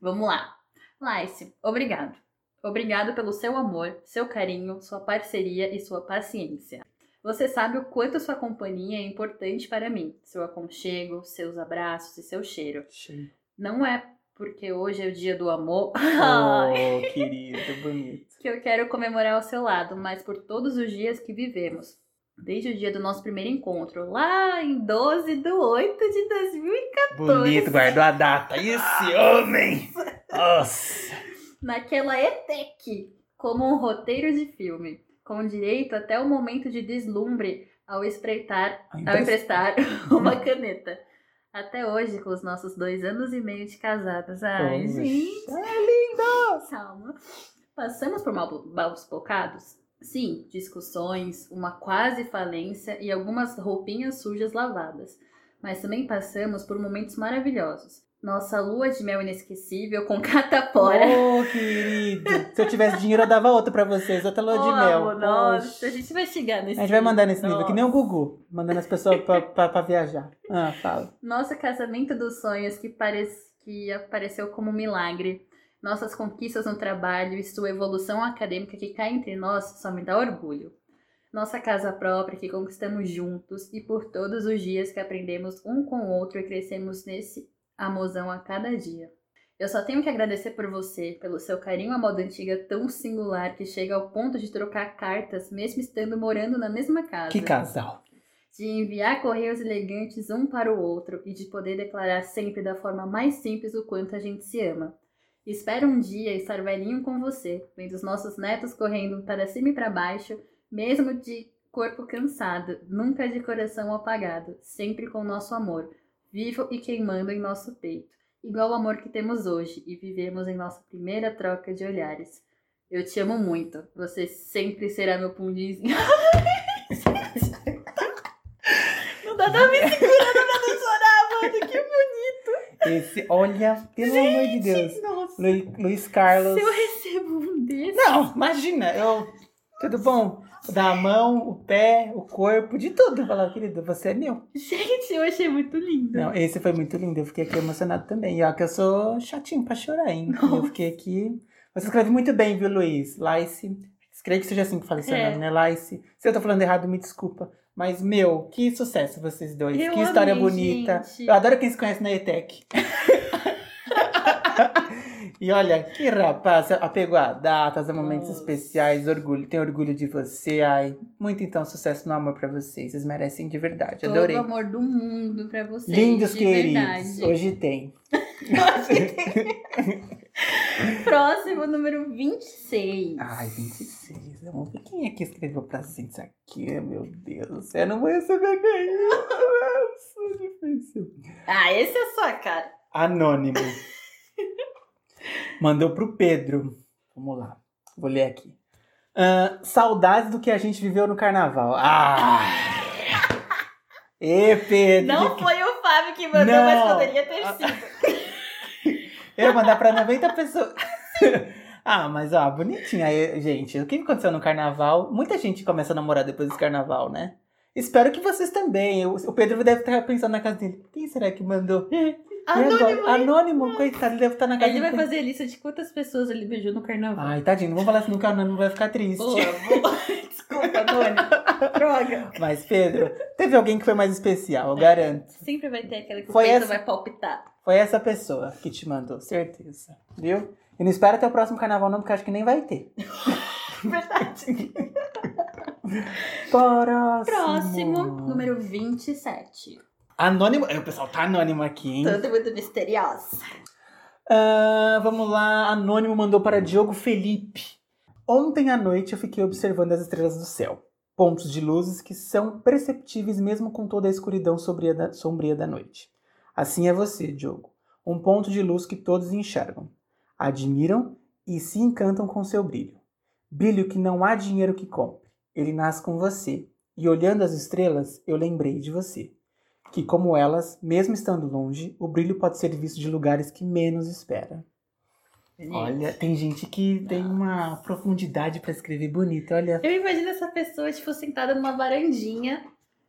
Speaker 2: Vamos lá. Laice, obrigado. Obrigado pelo seu amor, seu carinho, sua parceria e sua paciência. Você sabe o quanto sua companhia é importante para mim, seu aconchego, seus abraços e seu cheiro.
Speaker 1: Cheio.
Speaker 2: Não é porque hoje é o dia do amor
Speaker 1: Oh, querido, bonito.
Speaker 2: que eu quero comemorar ao seu lado, mas por todos os dias que vivemos. Desde o dia do nosso primeiro encontro, lá em 12 de 8 de 2000
Speaker 1: Bonito, guardou a data. Esse homem! Nossa!
Speaker 2: naquela ETEC, como um roteiro de filme, com direito até o momento de deslumbre ao espreitar,
Speaker 1: Então,
Speaker 2: ao emprestar *laughs* uma caneta. Até hoje, com os nossos dois anos e meio de casados. Ai,
Speaker 1: Poxa.
Speaker 2: gente. Calma. Passamos por mal- maus bocados? Sim, discussões, uma quase falência e algumas roupinhas sujas lavadas. Mas também passamos por momentos maravilhosos. Nossa lua de mel inesquecível com *laughs* catapora.
Speaker 1: Oh, querido. Se eu tivesse dinheiro, eu dava outra pra vocês. Outra lua de
Speaker 2: Oh,
Speaker 1: mel.
Speaker 2: amor, Nossa,
Speaker 1: Poxa.
Speaker 2: a gente vai chegar nesse
Speaker 1: A gente vai mandar nesse nível,
Speaker 2: Nossa.
Speaker 1: que nem o Gugu, mandando as pessoas pra, pra, pra viajar. Ah, fala.
Speaker 2: Nosso casamento dos sonhos que, pare... que apareceu como um milagre. Nossas conquistas no trabalho e sua evolução acadêmica que cai entre nós só me dá orgulho. Nossa casa própria que conquistamos juntos e por todos os dias que aprendemos um com o outro e crescemos nesse amorzão a cada dia. Eu só tenho que agradecer por você, pelo seu carinho à moda antiga tão singular que chega ao ponto de trocar cartas mesmo estando morando na mesma casa
Speaker 1: Que casal.
Speaker 2: de enviar correios elegantes um para o outro e de poder declarar sempre da forma mais simples o quanto a gente se ama. Espero um dia estar velhinho com você, vendo os nossos netos correndo para cima e para baixo, mesmo de corpo cansado, nunca de coração apagado, sempre com nosso amor, vivo e queimando em nosso peito, igual o amor que temos hoje e vivemos em nossa primeira troca de olhares. Eu te amo muito, você sempre será meu pundizinho. Não dá pra me segurar pra não chorar, mano. Que
Speaker 1: Esse, olha, pelo amor de Deus.
Speaker 2: nossa.
Speaker 1: Lu- Luiz Carlos.
Speaker 2: Se eu recebo um desses.
Speaker 1: Não, imagina, eu Tudo bom? Da mão, o pé, o corpo, de tudo. Falar, querido, você é meu.
Speaker 2: Gente, eu achei muito lindo.
Speaker 1: Não, esse foi muito lindo. Eu fiquei aqui emocionado também. E ó, que eu sou chatinho pra chorar, hein? Eu fiquei aqui. Você escreve muito bem, viu, Luiz? Lice. Escreve que seja assim que fala seu
Speaker 2: É.
Speaker 1: nome, né? Lice. Se eu tô falando errado, me desculpa. Mas, meu, que sucesso vocês dois.
Speaker 2: Eu
Speaker 1: que história
Speaker 2: amei,
Speaker 1: bonita.
Speaker 2: gente.
Speaker 1: Eu adoro quem se conhece na ETEC. *laughs* e olha, que rapaz, apego a datas, a momentos
Speaker 2: Nossa.
Speaker 1: especiais, orgulho. Tenho orgulho de você. Ai, muito então sucesso no amor pra vocês. Vocês merecem de verdade.
Speaker 2: Todo
Speaker 1: Adorei.
Speaker 2: o amor do mundo pra vocês.
Speaker 1: Lindos
Speaker 2: de
Speaker 1: queridos.
Speaker 2: Verdade.
Speaker 1: Hoje tem.
Speaker 2: Próximo, número 26.
Speaker 1: Ai, 26. Vamos ver quem é que escreveu pra gente aqui. Meu Deus do céu, eu não vou receber nenhum. *laughs* Nossa, difícil.
Speaker 2: Ah, esse é a sua cara.
Speaker 1: Anônimo. Mandou pro Pedro. Vamos lá. Vou ler aqui. Ah, saudades do que a gente viveu no carnaval. Ah! Ê, Pedro!
Speaker 2: Não foi o Fábio que mandou,
Speaker 1: Não. Ah,
Speaker 2: mas poderia ter sido.
Speaker 1: Eu ia mandar pra 90 pessoas. *laughs* ah, mas ó, bonitinha. Eu- Gente, o que aconteceu no carnaval? Muita gente começa a namorar depois do carnaval, né? Espero que vocês também. O o Pedro deve estar pensando na casa dele. Quem será que mandou? E agora?
Speaker 2: Anônimo.
Speaker 1: Anônimo, coitado, ele deve estar na casa
Speaker 2: Ele vai
Speaker 1: dele.
Speaker 2: fazer a lista de quantas pessoas ele beijou no carnaval.
Speaker 1: Ai, tadinho, não vou falar assim no canal, não vai ficar triste.
Speaker 2: Boa, boa. *laughs* Desculpa, Anônimo. Droga.
Speaker 1: *laughs* Mas, Pedro, teve alguém que foi mais especial, eu garanto.
Speaker 2: Sempre vai ter aquela que
Speaker 1: Foi
Speaker 2: o peito
Speaker 1: essa- *laughs*
Speaker 2: vai palpitar.
Speaker 1: Foi essa pessoa que te mandou, certeza. Viu? E não espera até o próximo carnaval, não, porque acho que nem vai ter.
Speaker 2: Verdade.
Speaker 1: Próximo.
Speaker 2: Próximo, número 27.
Speaker 1: Anônimo. É, O pessoal tá anônimo aqui, hein?
Speaker 2: Todo mundo misterioso.
Speaker 1: Ah, vamos lá. Anônimo mandou para Diogo Felipe. Ontem à noite eu fiquei observando as estrelas do céu. Pontos de luzes que são perceptíveis mesmo com toda a escuridão sombria da, sombria da noite. Assim é você, Diogo. Um ponto de luz que todos enxergam, admiram e se encantam com seu brilho. Brilho que não há dinheiro que compre. Ele nasce com você. E olhando as estrelas, eu lembrei de você que, como elas, mesmo estando longe, o brilho pode ser visto de lugares que menos espera. Olha, tem gente que tem uma profundidade pra escrever bonito. Olha,
Speaker 2: Eu imagino essa pessoa, tipo, sentada numa varandinha,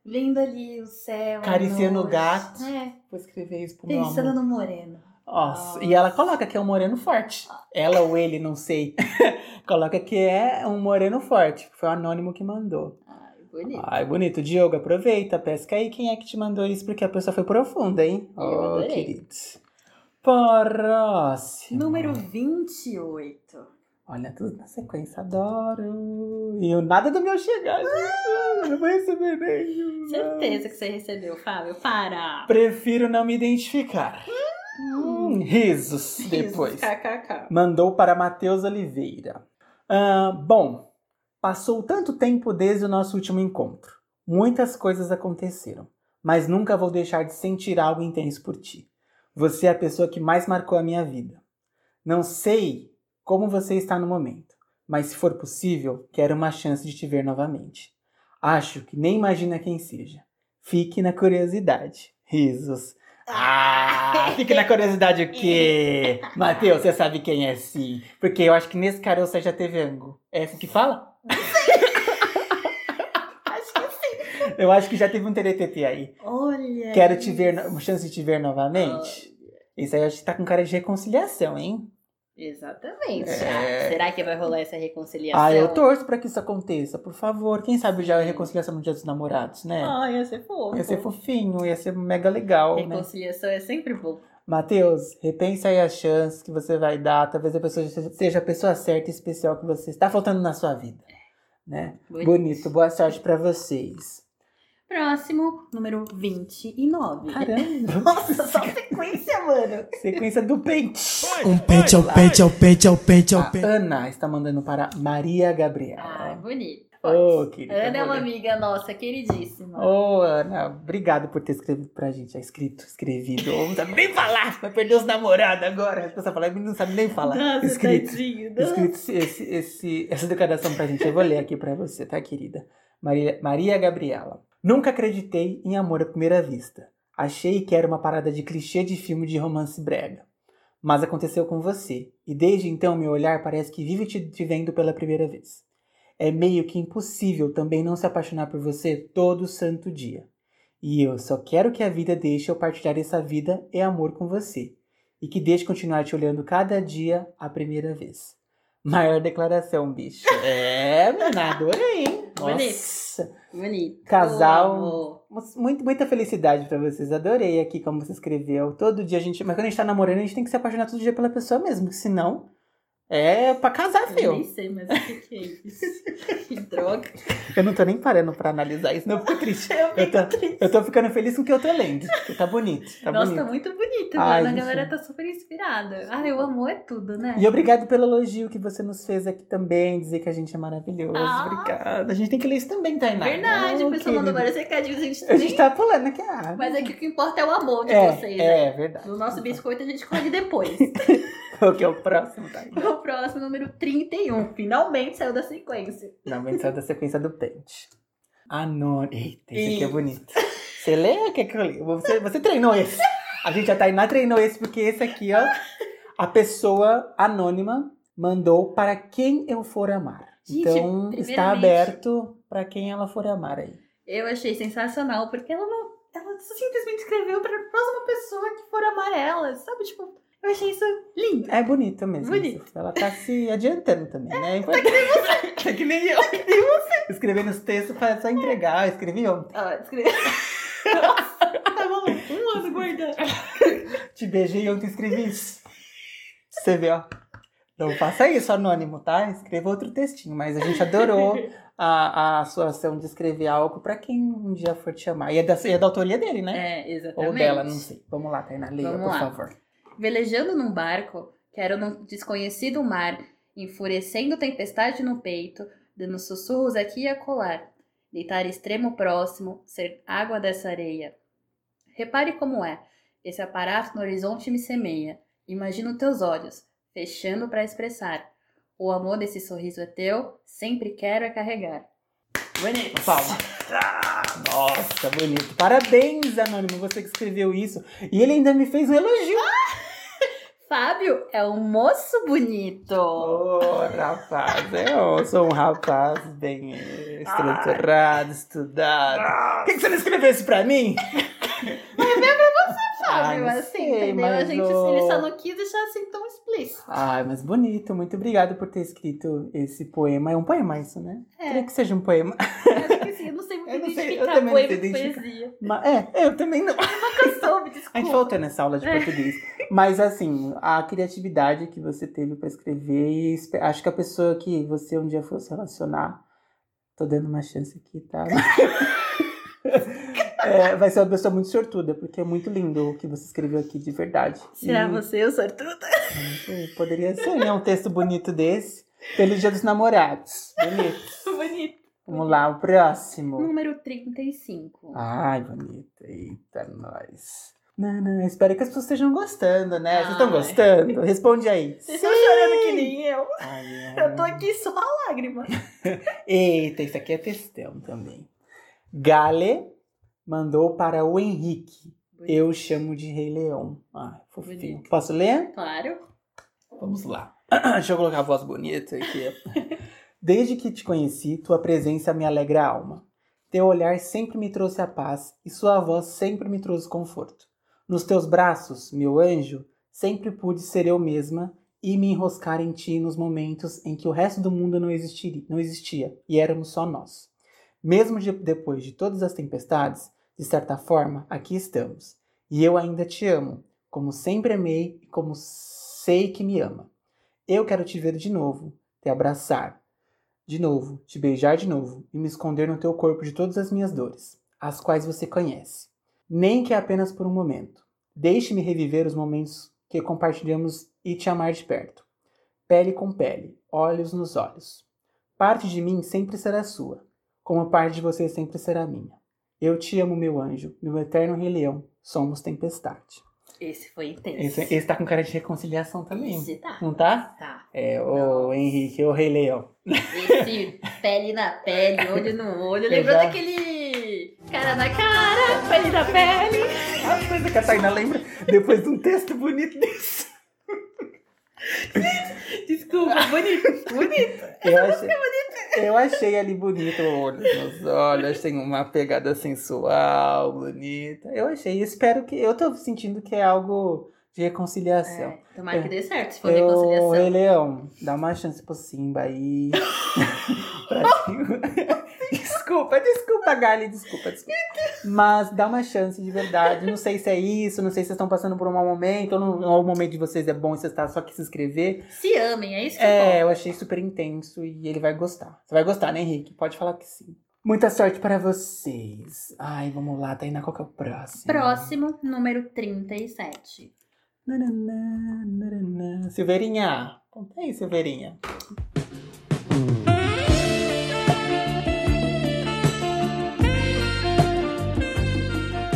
Speaker 2: vendo ali o céu. a
Speaker 1: Acariciando o
Speaker 2: noite.
Speaker 1: gato.
Speaker 2: É,
Speaker 1: vou escrever isso pro meu
Speaker 2: pensando
Speaker 1: amor.
Speaker 2: no moreno.
Speaker 1: Nossa, e ela coloca que é um moreno forte. Ela ou ele, não sei. *laughs* coloca que é um moreno forte. Foi o anônimo que mandou.
Speaker 2: Ai, bonito.
Speaker 1: Ai, bonito. Diogo, aproveita, pesca aí quem é que te mandou isso, porque a pessoa foi profunda, hein?
Speaker 2: Eu
Speaker 1: Ó,
Speaker 2: adorei.
Speaker 1: querido. Próximo.
Speaker 2: Número 28.
Speaker 1: Olha, tudo na sequência, adoro. E eu nada do meu chegar, gente. Ah, não vou receber nenhum.
Speaker 2: Certeza que você recebeu, Fábio. Para!
Speaker 1: Prefiro não me identificar. Hum, risos depois.
Speaker 2: KKK.
Speaker 1: Mandou para Matheus Oliveira. Ah, bom, passou tanto tempo desde o nosso último encontro. Muitas coisas aconteceram, mas nunca vou deixar de sentir algo intenso por ti. Você é a pessoa que mais marcou a minha vida. Não sei como você está no momento, mas se for possível, quero uma chance de te ver novamente. Acho que nem imagina quem seja. Fique na curiosidade. Risos. Ah, fique na curiosidade o
Speaker 2: *laughs*
Speaker 1: quê? Matheus, você sabe quem é sim. Porque eu acho que nesse cara você já teve ango. É assim que fala?
Speaker 2: Acho que sim.
Speaker 1: Eu acho que já teve um TTT aí.
Speaker 2: Olha.
Speaker 1: Quero te ver,
Speaker 2: É isso. Ah,
Speaker 1: no- uma chance de te ver novamente. Isso aí eu acho que tá com cara de reconciliação, hein?
Speaker 2: Exatamente.
Speaker 1: É.
Speaker 2: Ah, Será que vai rolar essa reconciliação?
Speaker 1: Ah, eu torço pra que isso aconteça, por favor. Quem sabe já é reconciliação no Dia dos Namorados, né?
Speaker 2: Ai, ia ser fofo.
Speaker 1: Ia ser fofinho, ia ser mega legal, né?
Speaker 2: Reconciliação é sempre bom.
Speaker 1: Matheus, repensa aí as chances que você vai dar. Talvez a pessoa seja- seja a pessoa certa e especial que você está faltando na sua vida. Né?
Speaker 2: Bonito.
Speaker 1: Bonito, boa sorte pra vocês.
Speaker 2: Próximo, número
Speaker 1: *laughs*
Speaker 2: 29.
Speaker 1: Caramba!
Speaker 2: Nossa, só sequência, mano.
Speaker 1: Sequência do pente.
Speaker 3: Um pente ao pente ao pente ao pente ao
Speaker 1: A
Speaker 3: pente.
Speaker 1: Ana está mandando para Maria
Speaker 2: Ah,
Speaker 1: Gabriela.
Speaker 2: bonito.
Speaker 1: Ô, querida.
Speaker 2: Ana é
Speaker 1: vou
Speaker 2: uma
Speaker 1: ler.
Speaker 2: amiga nossa, queridíssima.
Speaker 1: Ô, Ana, obrigado por ter escrito pra gente. É escrito, escrevido. Não sabe nem falar, vai perder os namorados agora. As pessoas falam, não sabe nem falar.
Speaker 2: Nossa,
Speaker 1: escrito.
Speaker 2: tadinho, nossa.
Speaker 1: escrito esse- esse- esse- essa declaração pra gente. Eu vou ler aqui pra você, tá, querida? Maria, Maria Gabriela. Nunca acreditei em amor à primeira vista. Achei que era uma parada de clichê de filme de romance brega. Mas aconteceu com você, e desde então meu olhar parece que vive te, te vendo pela primeira vez. É meio que impossível também não se apaixonar por você todo santo dia. E eu só quero que a vida deixe eu partilhar essa vida e amor com você. E que deixe continuar te olhando cada dia a primeira vez. Maior declaração, bicho. É, menina, adorei, hein?
Speaker 2: Bonito.
Speaker 1: Nossa.
Speaker 2: Bonito.
Speaker 1: Casal.
Speaker 2: Amo.
Speaker 1: Muito, muita felicidade pra vocês. Adorei aqui como você escreveu. Todo dia a gente. Mas quando a gente tá namorando, a gente tem que se apaixonar todo dia pela pessoa mesmo. que Senão, é pra casar,
Speaker 2: Eu
Speaker 1: filho.
Speaker 2: nem sei mais o que, que
Speaker 1: *laughs*
Speaker 2: é isso. que droga.
Speaker 1: Eu não tô nem parando pra analisar isso, não fico triste.
Speaker 2: Eu
Speaker 1: Eu tô,
Speaker 2: fico triste.
Speaker 1: eu tô ficando feliz com o que eu tô lendo. Que tá bonito. Tá
Speaker 2: Nossa,
Speaker 1: bonito.
Speaker 2: tá muito bonita,
Speaker 1: Ai,
Speaker 2: mano.
Speaker 1: gente.
Speaker 2: A galera tá super inspirada. Ah, o amor é tudo, né?
Speaker 1: E obrigado pelo elogio que você nos fez aqui também, dizer que a gente é maravilhoso.
Speaker 2: Ah.
Speaker 1: Obrigada. A gente tem que ler isso também, Tainá.
Speaker 2: É Verdade,
Speaker 1: Ô,
Speaker 2: o pessoal mandou
Speaker 1: querido.
Speaker 2: vários recadinhos. A gente
Speaker 1: A gente
Speaker 2: nem-
Speaker 1: tá pulando aqui. Ah,
Speaker 2: Mas aqui o que importa é o amor de
Speaker 1: é,
Speaker 2: vocês. né?
Speaker 1: é, verdade. *laughs*
Speaker 2: Do nosso biscoito a gente colhe depois.
Speaker 1: Qual que é o próximo, Tainá?
Speaker 2: *laughs* o próximo, número 31. Finalmente saiu da sequência.
Speaker 1: Não, mas só da sequência do pente. Anon... Eita, esse aqui é
Speaker 2: Isso.
Speaker 1: bonito. Você lê ou quer que eu leia? Você, você treinou esse. A gente, a Tainá treinou esse, porque esse aqui, ó. A pessoa anônima mandou para quem eu for amar.
Speaker 2: Gente,
Speaker 1: então, está
Speaker 2: primeiramente-
Speaker 1: aberto para quem ela for amar aí.
Speaker 2: Eu achei sensacional, porque ela não. Ela simplesmente escreveu pra próxima pessoa que for amar ela, sabe? Tipo, eu achei isso lindo.
Speaker 1: É bonita mesmo.
Speaker 2: Bonito.
Speaker 1: Ela tá se adiantando também, né? Tá que nem eu. Escrevendo os textos para só entregar. Eu escrevi ontem.
Speaker 2: Ela escreveu. tá maluco? Um ano guardando.
Speaker 1: Te beijei ontem, escrevi isso. Você vê, ó. Não faça isso, anônimo, tá? Escreva outro textinho. Mas a gente adorou a, a sua ação de escrever algo pra quem um dia for te amar. E é da, e é da autoria dele, né?
Speaker 2: É, exatamente.
Speaker 1: Ou dela, não sei. Vamos lá, Tainá, leia,
Speaker 2: Vamos
Speaker 1: por
Speaker 2: lá.
Speaker 1: favor.
Speaker 2: Velejando num barco, que era num desconhecido mar, enfurecendo tempestade no peito, dando sussurros aqui e acolá, deitar extremo próximo, ser água dessa areia. Repare como é, esse aparato no horizonte me semeia, imagino teus olhos, fechando para expressar, o amor desse sorriso é teu, sempre quero é carregar. Bonito.
Speaker 1: Palma. Nossa, bonito. Parabéns, Anônimo, você que escreveu isso. E ele ainda me fez um elogio.
Speaker 2: Fábio é um moço bonito.
Speaker 1: Ô, rapaz, eu sou um rapaz bem estruturado, estudado. Por que, que você não escreveu isso pra mim? Ai,
Speaker 2: Fábio,
Speaker 1: não
Speaker 2: assim,
Speaker 1: sei,
Speaker 2: entendeu? A
Speaker 1: mas
Speaker 2: gente
Speaker 1: o-
Speaker 2: ele só não quis deixar assim tão explícito.
Speaker 1: Ai, mas bonito, muito obrigado por ter escrito esse poema. É um poema isso, né?
Speaker 2: É.
Speaker 1: Queria que seja um poema.
Speaker 2: Acho que assim, eu não sei muito
Speaker 1: Eu não sei, eu
Speaker 2: identificar
Speaker 1: também não
Speaker 2: poema
Speaker 1: sei
Speaker 2: e
Speaker 1: identificar.
Speaker 2: poesia.
Speaker 1: Mas- é, eu também não.
Speaker 2: Nunca soube, desculpa.
Speaker 1: tá- *laughs* A gente voltou nessa aula de
Speaker 2: É.
Speaker 1: português. Mas assim, a criatividade que você teve pra escrever, e espe- acho que a pessoa que você um dia for se relacionar, tô dando uma chance aqui,
Speaker 2: *laughs*
Speaker 1: tá? É, vai ser uma pessoa muito sortuda, porque é muito lindo o que você escreveu aqui, de verdade.
Speaker 2: Será
Speaker 1: E-
Speaker 2: você, eu sortuda?
Speaker 1: Hum, Poderia ser, né? Um texto bonito desse. Pelo Dia dos Namorados. Bonito.
Speaker 2: Bonito.
Speaker 1: Vamos lá, o próximo.
Speaker 2: Número 35.
Speaker 1: Ai, bonito. Eita, nós. Não, não, eu espero que as pessoas estejam gostando, né? Vocês estão
Speaker 2: Ai. *laughs*
Speaker 1: gostando? Responde aí.
Speaker 2: Vocês estão chorando que nem eu.
Speaker 1: Ai,
Speaker 2: *laughs*
Speaker 1: ai.
Speaker 2: Eu tô aqui só a lágrima.
Speaker 1: Eita, isso aqui é textão também. Gale mandou para o Henrique. Eu chamo de Rei Leão. Ai, fofinho.
Speaker 2: Bonito.
Speaker 1: Posso ler?
Speaker 2: Claro.
Speaker 1: Vamos lá. *clears throat* Deixa eu colocar a voz bonita aqui. Desde que te conheci, tua presença me alegra a alma. Teu olhar sempre me trouxe a paz e sua voz sempre me trouxe conforto. Nos teus braços, meu anjo, sempre pude ser eu mesma e me enroscar em ti nos momentos em que o resto do mundo não, existiria, não existia e éramos só nós. Mesmo de- depois de todas as tempestades, de certa forma, aqui estamos. E eu ainda te amo como sempre amei e como sei que me ama. Eu quero te ver de novo, te abraçar de novo, te beijar de novo e me esconder no teu corpo de todas as minhas dores, as quais você conhece. Nem que é apenas por um momento. Deixe-me reviver os momentos que compartilhamos e te amar de perto. Pele com pele, olhos nos olhos. Parte de mim sempre será sua, como parte de você sempre será minha. Eu te amo, meu anjo, meu eterno rei leão, somos tempestade.
Speaker 2: Esse foi intenso.
Speaker 1: Esse, esse tá com cara de reconciliação também.
Speaker 2: Esse tá.
Speaker 1: Não tá?
Speaker 2: Tá.
Speaker 1: É, o
Speaker 2: Nossa.
Speaker 1: Henrique, o Rei Leão.
Speaker 2: Esse pele na pele, olho no olho.
Speaker 1: Eu
Speaker 2: Lembrou
Speaker 1: já-
Speaker 2: daquele cara na cara, pele na pele.
Speaker 1: A coisa que a Tainá lembra depois de um texto bonito desse.
Speaker 2: Desculpa, bonito. Bonito. é
Speaker 1: Eu achei, Eu achei ali bonito o olho nos olhos, tem uma pegada sensual, bonita. Eu achei, espero que. Eu tô sentindo que é algo de reconciliação.
Speaker 2: É, tomara que dê certo, se for
Speaker 1: eu, Rei
Speaker 2: reconciliação.
Speaker 1: Leão, dá uma chance pro Simba
Speaker 2: *laughs*
Speaker 1: aí. Pra Simba. Desculpa, desculpa, Gali, desculpa, desculpa. Mas dá uma chance de verdade. Não sei se é isso, não sei se vocês estão passando por um mau momento, ou, não, ou o momento de vocês é bom e vocês tá só que se inscrever.
Speaker 2: Se amem, é isso que
Speaker 1: É,
Speaker 2: é.
Speaker 1: eu achei super intenso e ele vai gostar. Você vai gostar, né, Henrique? Pode falar que sim. Muita sorte para vocês. Ai, vamos lá, Tainá, qual que é o próximo?
Speaker 2: Próximo, número 37.
Speaker 1: Nananã, nananã. Silveirinha. Conta aí, Silveirinha.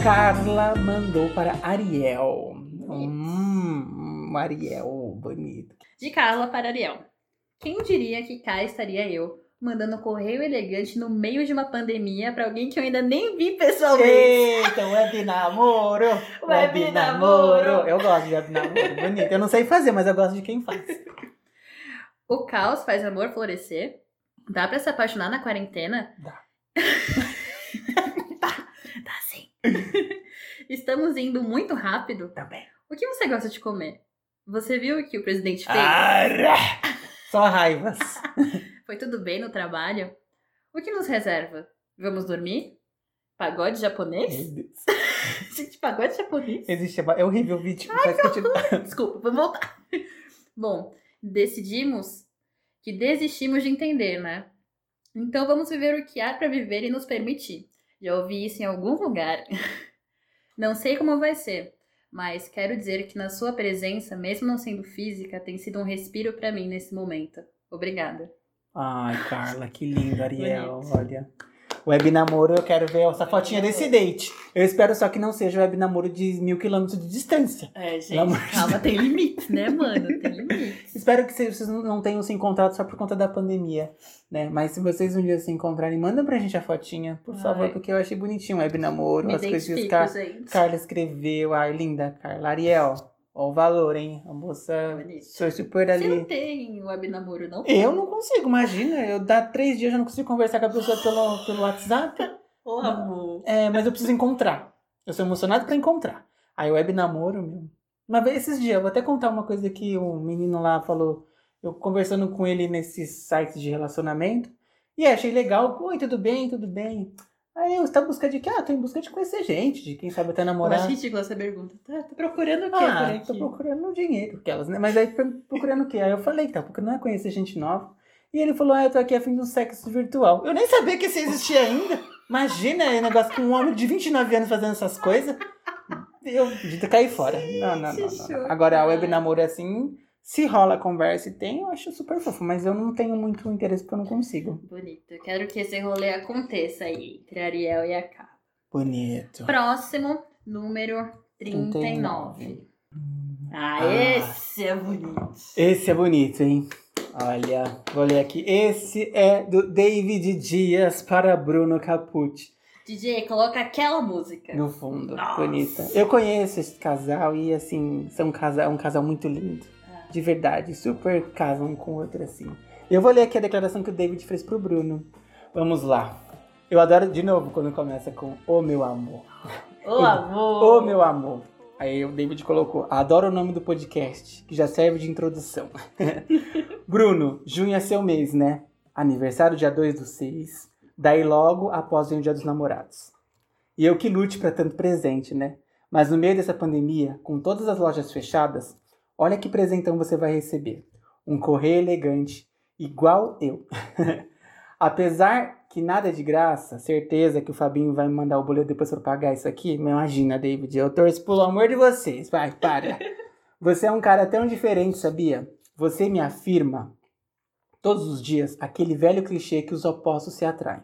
Speaker 1: Carla mandou para Ariel. Hum, um Ariel, bonito.
Speaker 2: De Carla para Ariel. Quem diria que cá estaria eu, mandando um correio elegante no meio de uma pandemia pra alguém que eu ainda nem vi pessoalmente?
Speaker 1: Eita, web namoro!
Speaker 2: Web
Speaker 1: Web
Speaker 2: namoro.
Speaker 1: namoro! Eu gosto de web namoro, bonito. Eu não sei fazer, mas eu gosto de quem faz.
Speaker 2: O caos faz amor florescer? Dá pra se apaixonar na quarentena? *laughs*
Speaker 1: Dá.
Speaker 2: Dá. Dá tá sim. *laughs* Estamos indo muito rápido.
Speaker 1: Também.
Speaker 2: O que você gosta de comer? Você viu o que o presidente fez?
Speaker 1: Arra! Só raivas.
Speaker 2: Foi tudo bem no trabalho? O que nos reserva? Vamos dormir? Pagode japonês? *laughs* Gente, pagode japonês?
Speaker 1: Existe. a- Eu revi o vídeo. tipo, mas continua.
Speaker 2: Desculpa, vou voltar. *laughs* Bom, decidimos que desistimos de entender, né? Então vamos viver o que há pra viver e nos permitir. Já ouvi isso em algum lugar. *laughs* Não sei como vai ser, mas quero dizer que na sua presença, mesmo não sendo física, tem sido um respiro pra mim nesse momento. Obrigada.
Speaker 1: Ai, Carla, que lindo, Ariel. Olha. Web namoro, eu quero ver essa fotinha desse date. Eu espero só que não seja web namoro de mil quilômetros de distância.
Speaker 2: É,
Speaker 1: Pelo amor de
Speaker 2: calma, tem limites, né, mano? *laughs* Tem limites.
Speaker 1: Espero que vocês vocês não tenham se encontrado só por conta da pandemia, né? Mas se vocês um dia se encontrarem, manda pra gente a fotinha, por
Speaker 2: Ai.
Speaker 1: favor, porque eu achei bonitinho o web namoro,
Speaker 2: Me
Speaker 1: as coisas que
Speaker 2: identifico,
Speaker 1: Car-
Speaker 2: gente.
Speaker 1: Carla escreveu. Ai, linda, Carla. Ariel, ó o valor, hein? A moça
Speaker 2: Bonito.
Speaker 1: foi super
Speaker 2: Você não
Speaker 1: ali.
Speaker 2: tem web namoro, não?
Speaker 1: Eu não consigo, imagina. Eu dá três dias eu não consigo conversar com a pessoa pelo, pelo WhatsApp.
Speaker 2: Ô, amor.
Speaker 1: É, mas eu preciso encontrar. Eu sou emocionado pra encontrar. Aí web namoro, meu. Uma vez esses dias, eu vou até contar uma coisa que um menino lá falou. Eu conversando com ele nesses sites de relacionamento. E achei legal. Oi, tudo bem? Tudo bem? Aí eu estava em busca de quê? Ah, tô em busca de conhecer gente, de quem sabe até
Speaker 2: Eu
Speaker 1: namorar.
Speaker 2: acho ridícula essa pergunta. Tá, tá procurando o que por
Speaker 1: Ah,
Speaker 2: aqui?
Speaker 1: tô procurando dinheiro, aquelas, né? Mas aí per- procurando o quê? Aí eu falei, tá, porque não é conhecer gente nova. E ele falou, ah, eu tô aqui a fim de um sexo virtual. Eu nem sabia que isso existia ainda. Imagina, é um negócio com um homem de 29 anos fazendo essas coisas. Eu de cair fora. Não, não, não, não, não. Agora, a web namoro é assim, se rola a conversa e tem, eu acho super fofo. Mas eu não tenho muito interesse porque eu não consigo.
Speaker 2: Bonito. Eu quero que esse rolê aconteça aí, entre a Ariel e a K.
Speaker 1: Bonito.
Speaker 2: Próximo, número 39. Ah,
Speaker 1: Ah.
Speaker 2: esse é bonito.
Speaker 1: Esse é bonito, hein? Olha, vou ler aqui. Esse é do David Dias para Bruno Capucci.
Speaker 2: DJ, coloca aquela música.
Speaker 1: No fundo,
Speaker 2: Nossa.
Speaker 1: bonita. Eu conheço esse casal e, assim, são um casal, um casal muito lindo.
Speaker 2: Ah.
Speaker 1: De verdade, super casam um com o outro, assim. Eu vou ler aqui a declaração que o David fez pro Bruno. Vamos lá. Eu adoro, de novo, quando começa com Ô meu amor.
Speaker 2: Ô, amor.
Speaker 1: Ô meu amor. Aí o David colocou, adoro o nome do podcast, que já serve de introdução. *laughs* Bruno, junho é seu mês, né? Aniversário dia 2 do 6, daí logo após vem o dia dos namorados. E eu que lute pra tanto presente, né? Mas no meio dessa pandemia, com todas as lojas fechadas, olha que presentão você vai receber. Um correio elegante, igual eu. Apesar que nada é de graça, certeza que o Fabinho vai me mandar o boleto depois pra eu pagar isso aqui. Imagina, David, eu torço pelo amor de vocês. Vai, para. Você é um cara tão diferente, sabia? Você me afirma todos os dias aquele velho clichê que os opostos se atraem.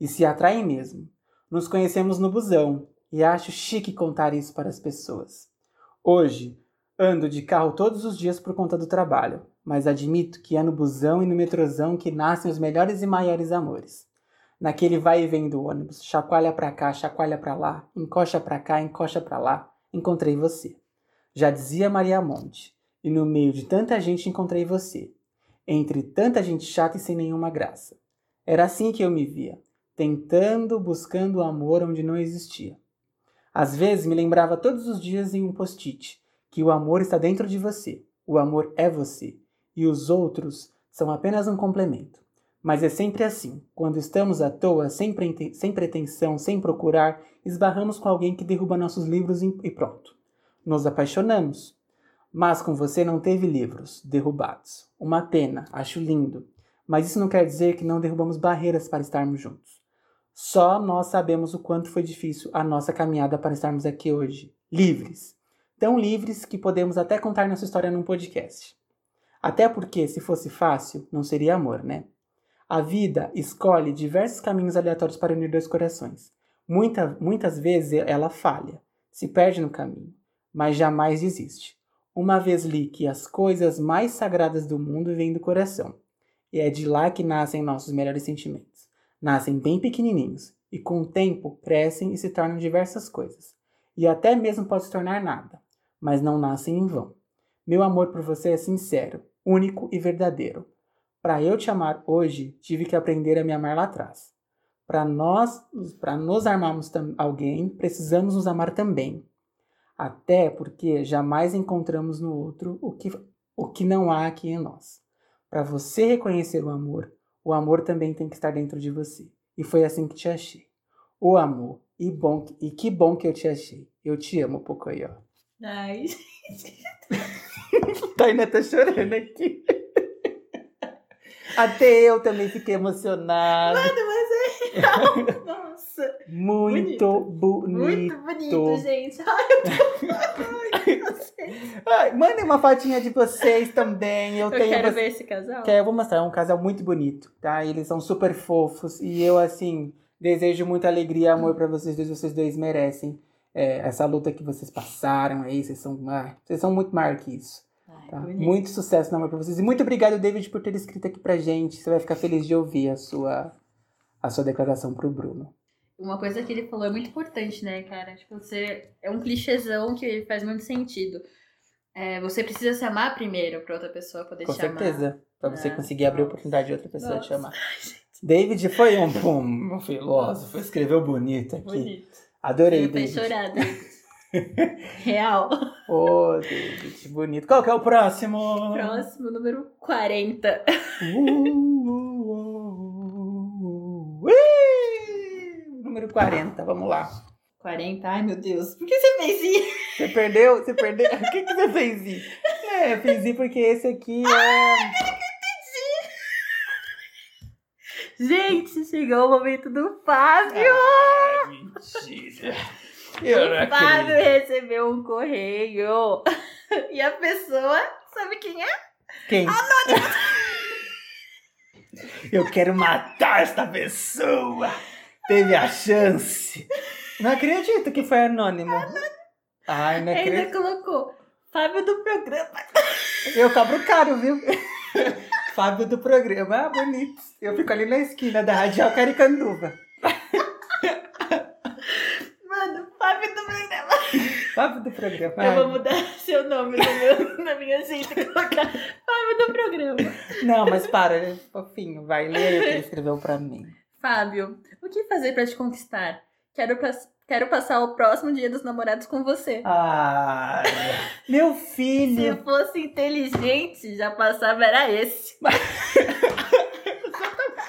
Speaker 1: E se atraem mesmo. Nos conhecemos no busão e acho chique contar isso para as pessoas. Hoje, ando de carro todos os dias por conta do trabalho, mas admito que é no busão e no metrozão que nascem os melhores e maiores amores. Naquele vai e vem do ônibus, chacoalha pra cá, chacoalha pra lá, encosta pra cá, encosta pra lá, encontrei você. Já dizia Maria Monte, e no meio de tanta gente encontrei você. Entre tanta gente chata e sem nenhuma graça. Era assim que eu me via, tentando, buscando amor onde não existia. Às vezes me lembrava todos os dias em um post-it que o amor está dentro de você, o amor é você, e os outros são apenas um complemento. Mas é sempre assim. Quando estamos à toa, sem, prete- sem pretensão, sem procurar, esbarramos com alguém que derruba nossos livros e e pronto. Nos apaixonamos. Mas com você não teve livros derrubados. Uma pena, acho lindo. Mas isso não quer dizer que não derrubamos barreiras para estarmos juntos. Só nós sabemos o quanto foi difícil a nossa caminhada para estarmos aqui hoje. Livres. Tão livres que podemos até contar nossa história num podcast. Até porque, se fosse fácil, não seria amor, né? A vida escolhe diversos caminhos aleatórios para unir dois corações. Muita, muitas vezes ela falha, se perde no caminho, mas jamais desiste. Uma vez li que as coisas mais sagradas do mundo vêm do coração, e é de lá que nascem nossos melhores sentimentos. Nascem bem pequenininhos, e com o tempo crescem e se tornam diversas coisas, e até mesmo pode se tornar nada, mas não nascem em vão. Meu amor por você é sincero, único e verdadeiro. Para eu te amar hoje, tive que aprender a me amar lá atrás. Para nós, para nos armarmos tam- alguém, precisamos nos amar também. Até porque jamais encontramos no outro o que, o que não há aqui em nós. Para você reconhecer o amor, o amor também tem que estar dentro de você. E foi assim que te achei. O amor, e, bom, e que bom que eu te achei. Eu te amo, Pocoyo.
Speaker 2: Ai,
Speaker 1: Tainá tá chorando aqui. *laughs* Até eu também fiquei emocionada.
Speaker 2: é
Speaker 1: *laughs*
Speaker 2: nossa.
Speaker 1: Muito bonito.
Speaker 2: Muito bonito, gente. Ai,
Speaker 1: *laughs*
Speaker 2: eu tô Vocês-
Speaker 1: Ai, mandem uma fotinha de vocês também. Eu,
Speaker 2: Eu
Speaker 1: tenho.
Speaker 2: quero
Speaker 1: vocês-
Speaker 2: ver esse casal.
Speaker 1: Que eu vou mostrar, é um casal muito bonito, tá? Eles são super fofos e eu, assim, desejo muita alegria e amor pra vocês dois. Vocês dois merecem é, essa luta que vocês passaram aí. Vocês são, ah, vocês são muito maior que isso.
Speaker 2: Ai,
Speaker 1: Tá?
Speaker 2: bonito.
Speaker 1: Muito sucesso no amor pra vocês. E muito obrigado, David, por ter escrito aqui pra gente. Você vai ficar feliz de ouvir a sua, a sua declaração pro Bruno.
Speaker 2: Uma coisa que ele falou é muito importante, né, cara? Tipo, você é um clichêzão que faz muito sentido. É, você precisa se amar primeiro pra outra pessoa poder
Speaker 1: Com
Speaker 2: te amar.
Speaker 1: certeza. Pra você
Speaker 2: Ah,
Speaker 1: conseguir abrir a
Speaker 2: nossa.
Speaker 1: oportunidade de outra pessoa te
Speaker 2: Nossa.
Speaker 1: amar. David foi um, um, filósofo,
Speaker 2: Nossa.
Speaker 1: escreveu bonito aqui.
Speaker 2: Bonito.
Speaker 1: Adorei,
Speaker 2: eu tô
Speaker 1: David.
Speaker 2: chorada.
Speaker 1: *laughs*
Speaker 2: Real.
Speaker 1: Ô, David, bonito. Qual que é o próximo?
Speaker 2: Próximo, número 40.
Speaker 1: Uh, uh, uh, uh, uh. Ih, Número 40, vamos lá.
Speaker 2: 40, ai meu Deus. Por que você fez isso?
Speaker 1: Você perdeu? Você perdeu? *laughs* O que, que você fez? I? É, eu fiz I porque esse aqui é.
Speaker 2: Gente, chegou o momento do Fábio.
Speaker 1: Ah, né, mentira. Eu não
Speaker 2: o Fábio
Speaker 1: acredito.
Speaker 2: recebeu um correio. *laughs* E a pessoa, sabe quem é?
Speaker 1: Quem? Eu quero matar esta pessoa. Teve a chance. Não acredito que foi anônimo. Ai, não acredito.
Speaker 2: Ainda colocou Fábio do programa.
Speaker 1: Eu cobro caro, viu? *laughs* Fábio do programa, ah, bonito. Eu fico ali na esquina da Radial Caricanduva.
Speaker 2: Mano, Fábio do programa.
Speaker 1: Fábio do programa.
Speaker 2: Eu vou
Speaker 1: ai.
Speaker 2: mudar *laughs* seu nome no meu, na minha gente e colocar Fábio do programa.
Speaker 1: Não, mas para, ele é fofinho, vai ler o que ele escreveu pra mim.
Speaker 2: Fábio, o que fazer pra te conquistar? Quero, pass- quero passar o próximo dia dos namorados com você.
Speaker 1: Ai, meu
Speaker 2: Se
Speaker 1: filho.
Speaker 2: eu fosse inteligente, já passava era esse.
Speaker 1: Por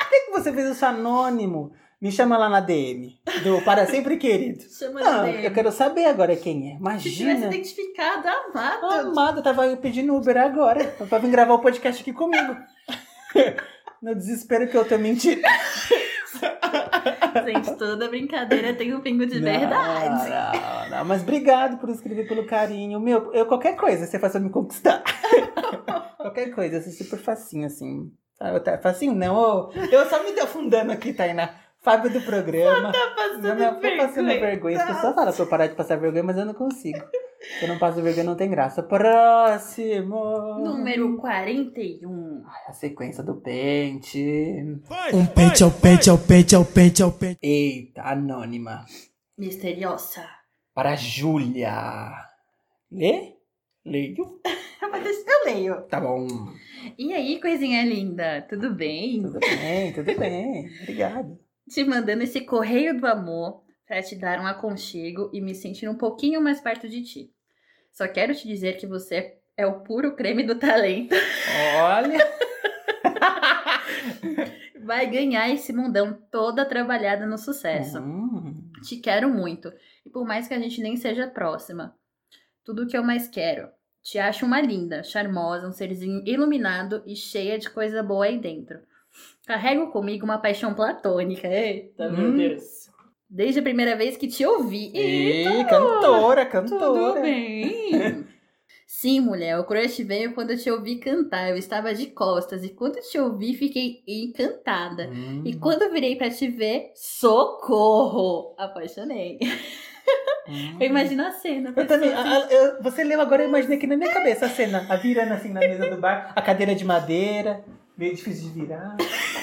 Speaker 1: que você fez isso anônimo? Me chama lá na DM, do Para Sempre Querido.
Speaker 2: Chama
Speaker 1: Não,
Speaker 2: ele.
Speaker 1: ah, eu quero saber agora quem é.
Speaker 2: Se tivesse
Speaker 1: Imagina. Ah.
Speaker 2: identificado, amado.
Speaker 1: Amada, tava pedindo Uber agora, pra vir gravar o podcast aqui comigo. *laughs* No desespero que eu tô mentindo.
Speaker 2: Gente, toda brincadeira tem um pingo de verdade.
Speaker 1: Não, não, não. Mas obrigado por escrever pelo carinho. Meu, eu qualquer coisa você faça eu me
Speaker 2: *laughs*
Speaker 1: conquistar. qualquer coisa, assim, super facinho, assim. Ah, tá, facinho não, ô, eu só me defundando aqui, Tainá. Fábio do programa.
Speaker 2: Tá passando
Speaker 1: Não, não, tô passando
Speaker 2: vergonha.
Speaker 1: vergonha. As pessoas falam pra eu parar de passar vergonha, mas eu não consigo. Se eu não passo vergonha, não tem graça. Próximo!
Speaker 2: Número 41.
Speaker 1: A sequência do pente.
Speaker 3: Um pente ao pente ao pente ao pente ao pente.
Speaker 1: Eita, anônima.
Speaker 2: Misteriosa.
Speaker 1: Para a Júlia. Lê? Leio.
Speaker 2: Mas eu leio.
Speaker 1: Tá bom.
Speaker 2: E aí, coisinha linda, tudo bem?
Speaker 1: Tudo bem, tudo bem. Obrigado.
Speaker 2: Te mandando esse correio do amor pra te dar um aconchego e me sentir um pouquinho mais perto de ti. Só quero te dizer que você é o puro creme do talento. *laughs*
Speaker 1: Olha.
Speaker 2: Vai ganhar esse mundão toda trabalhada no sucesso.
Speaker 1: Hum.
Speaker 2: Te quero muito. E por mais que a gente nem seja próxima, tudo o que eu mais quero. Te acho uma linda, charmosa, um serzinho iluminado e cheia de coisa boa aí dentro. Carrego comigo uma paixão platônica. Eita,
Speaker 1: Hum.
Speaker 2: Tá, Deus. Desde a primeira vez que te ouvi.
Speaker 1: Ih, cantora, cantora.
Speaker 2: Tudo bem.
Speaker 1: *laughs*
Speaker 2: Sim, mulher, o crush veio quando eu te ouvi cantar. Eu estava de costas e quando eu te ouvi, fiquei encantada.
Speaker 1: Hum.
Speaker 2: E quando eu virei pra te ver, socorro! Apaixonei.
Speaker 1: Hum.
Speaker 2: Eu imagino a cena. né?
Speaker 1: Eu também. a- a- eu- você leu agora, eu imaginei aqui na minha cabeça a cena. A virando assim na mesa do bar, a cadeira de madeira, meio difícil de virar.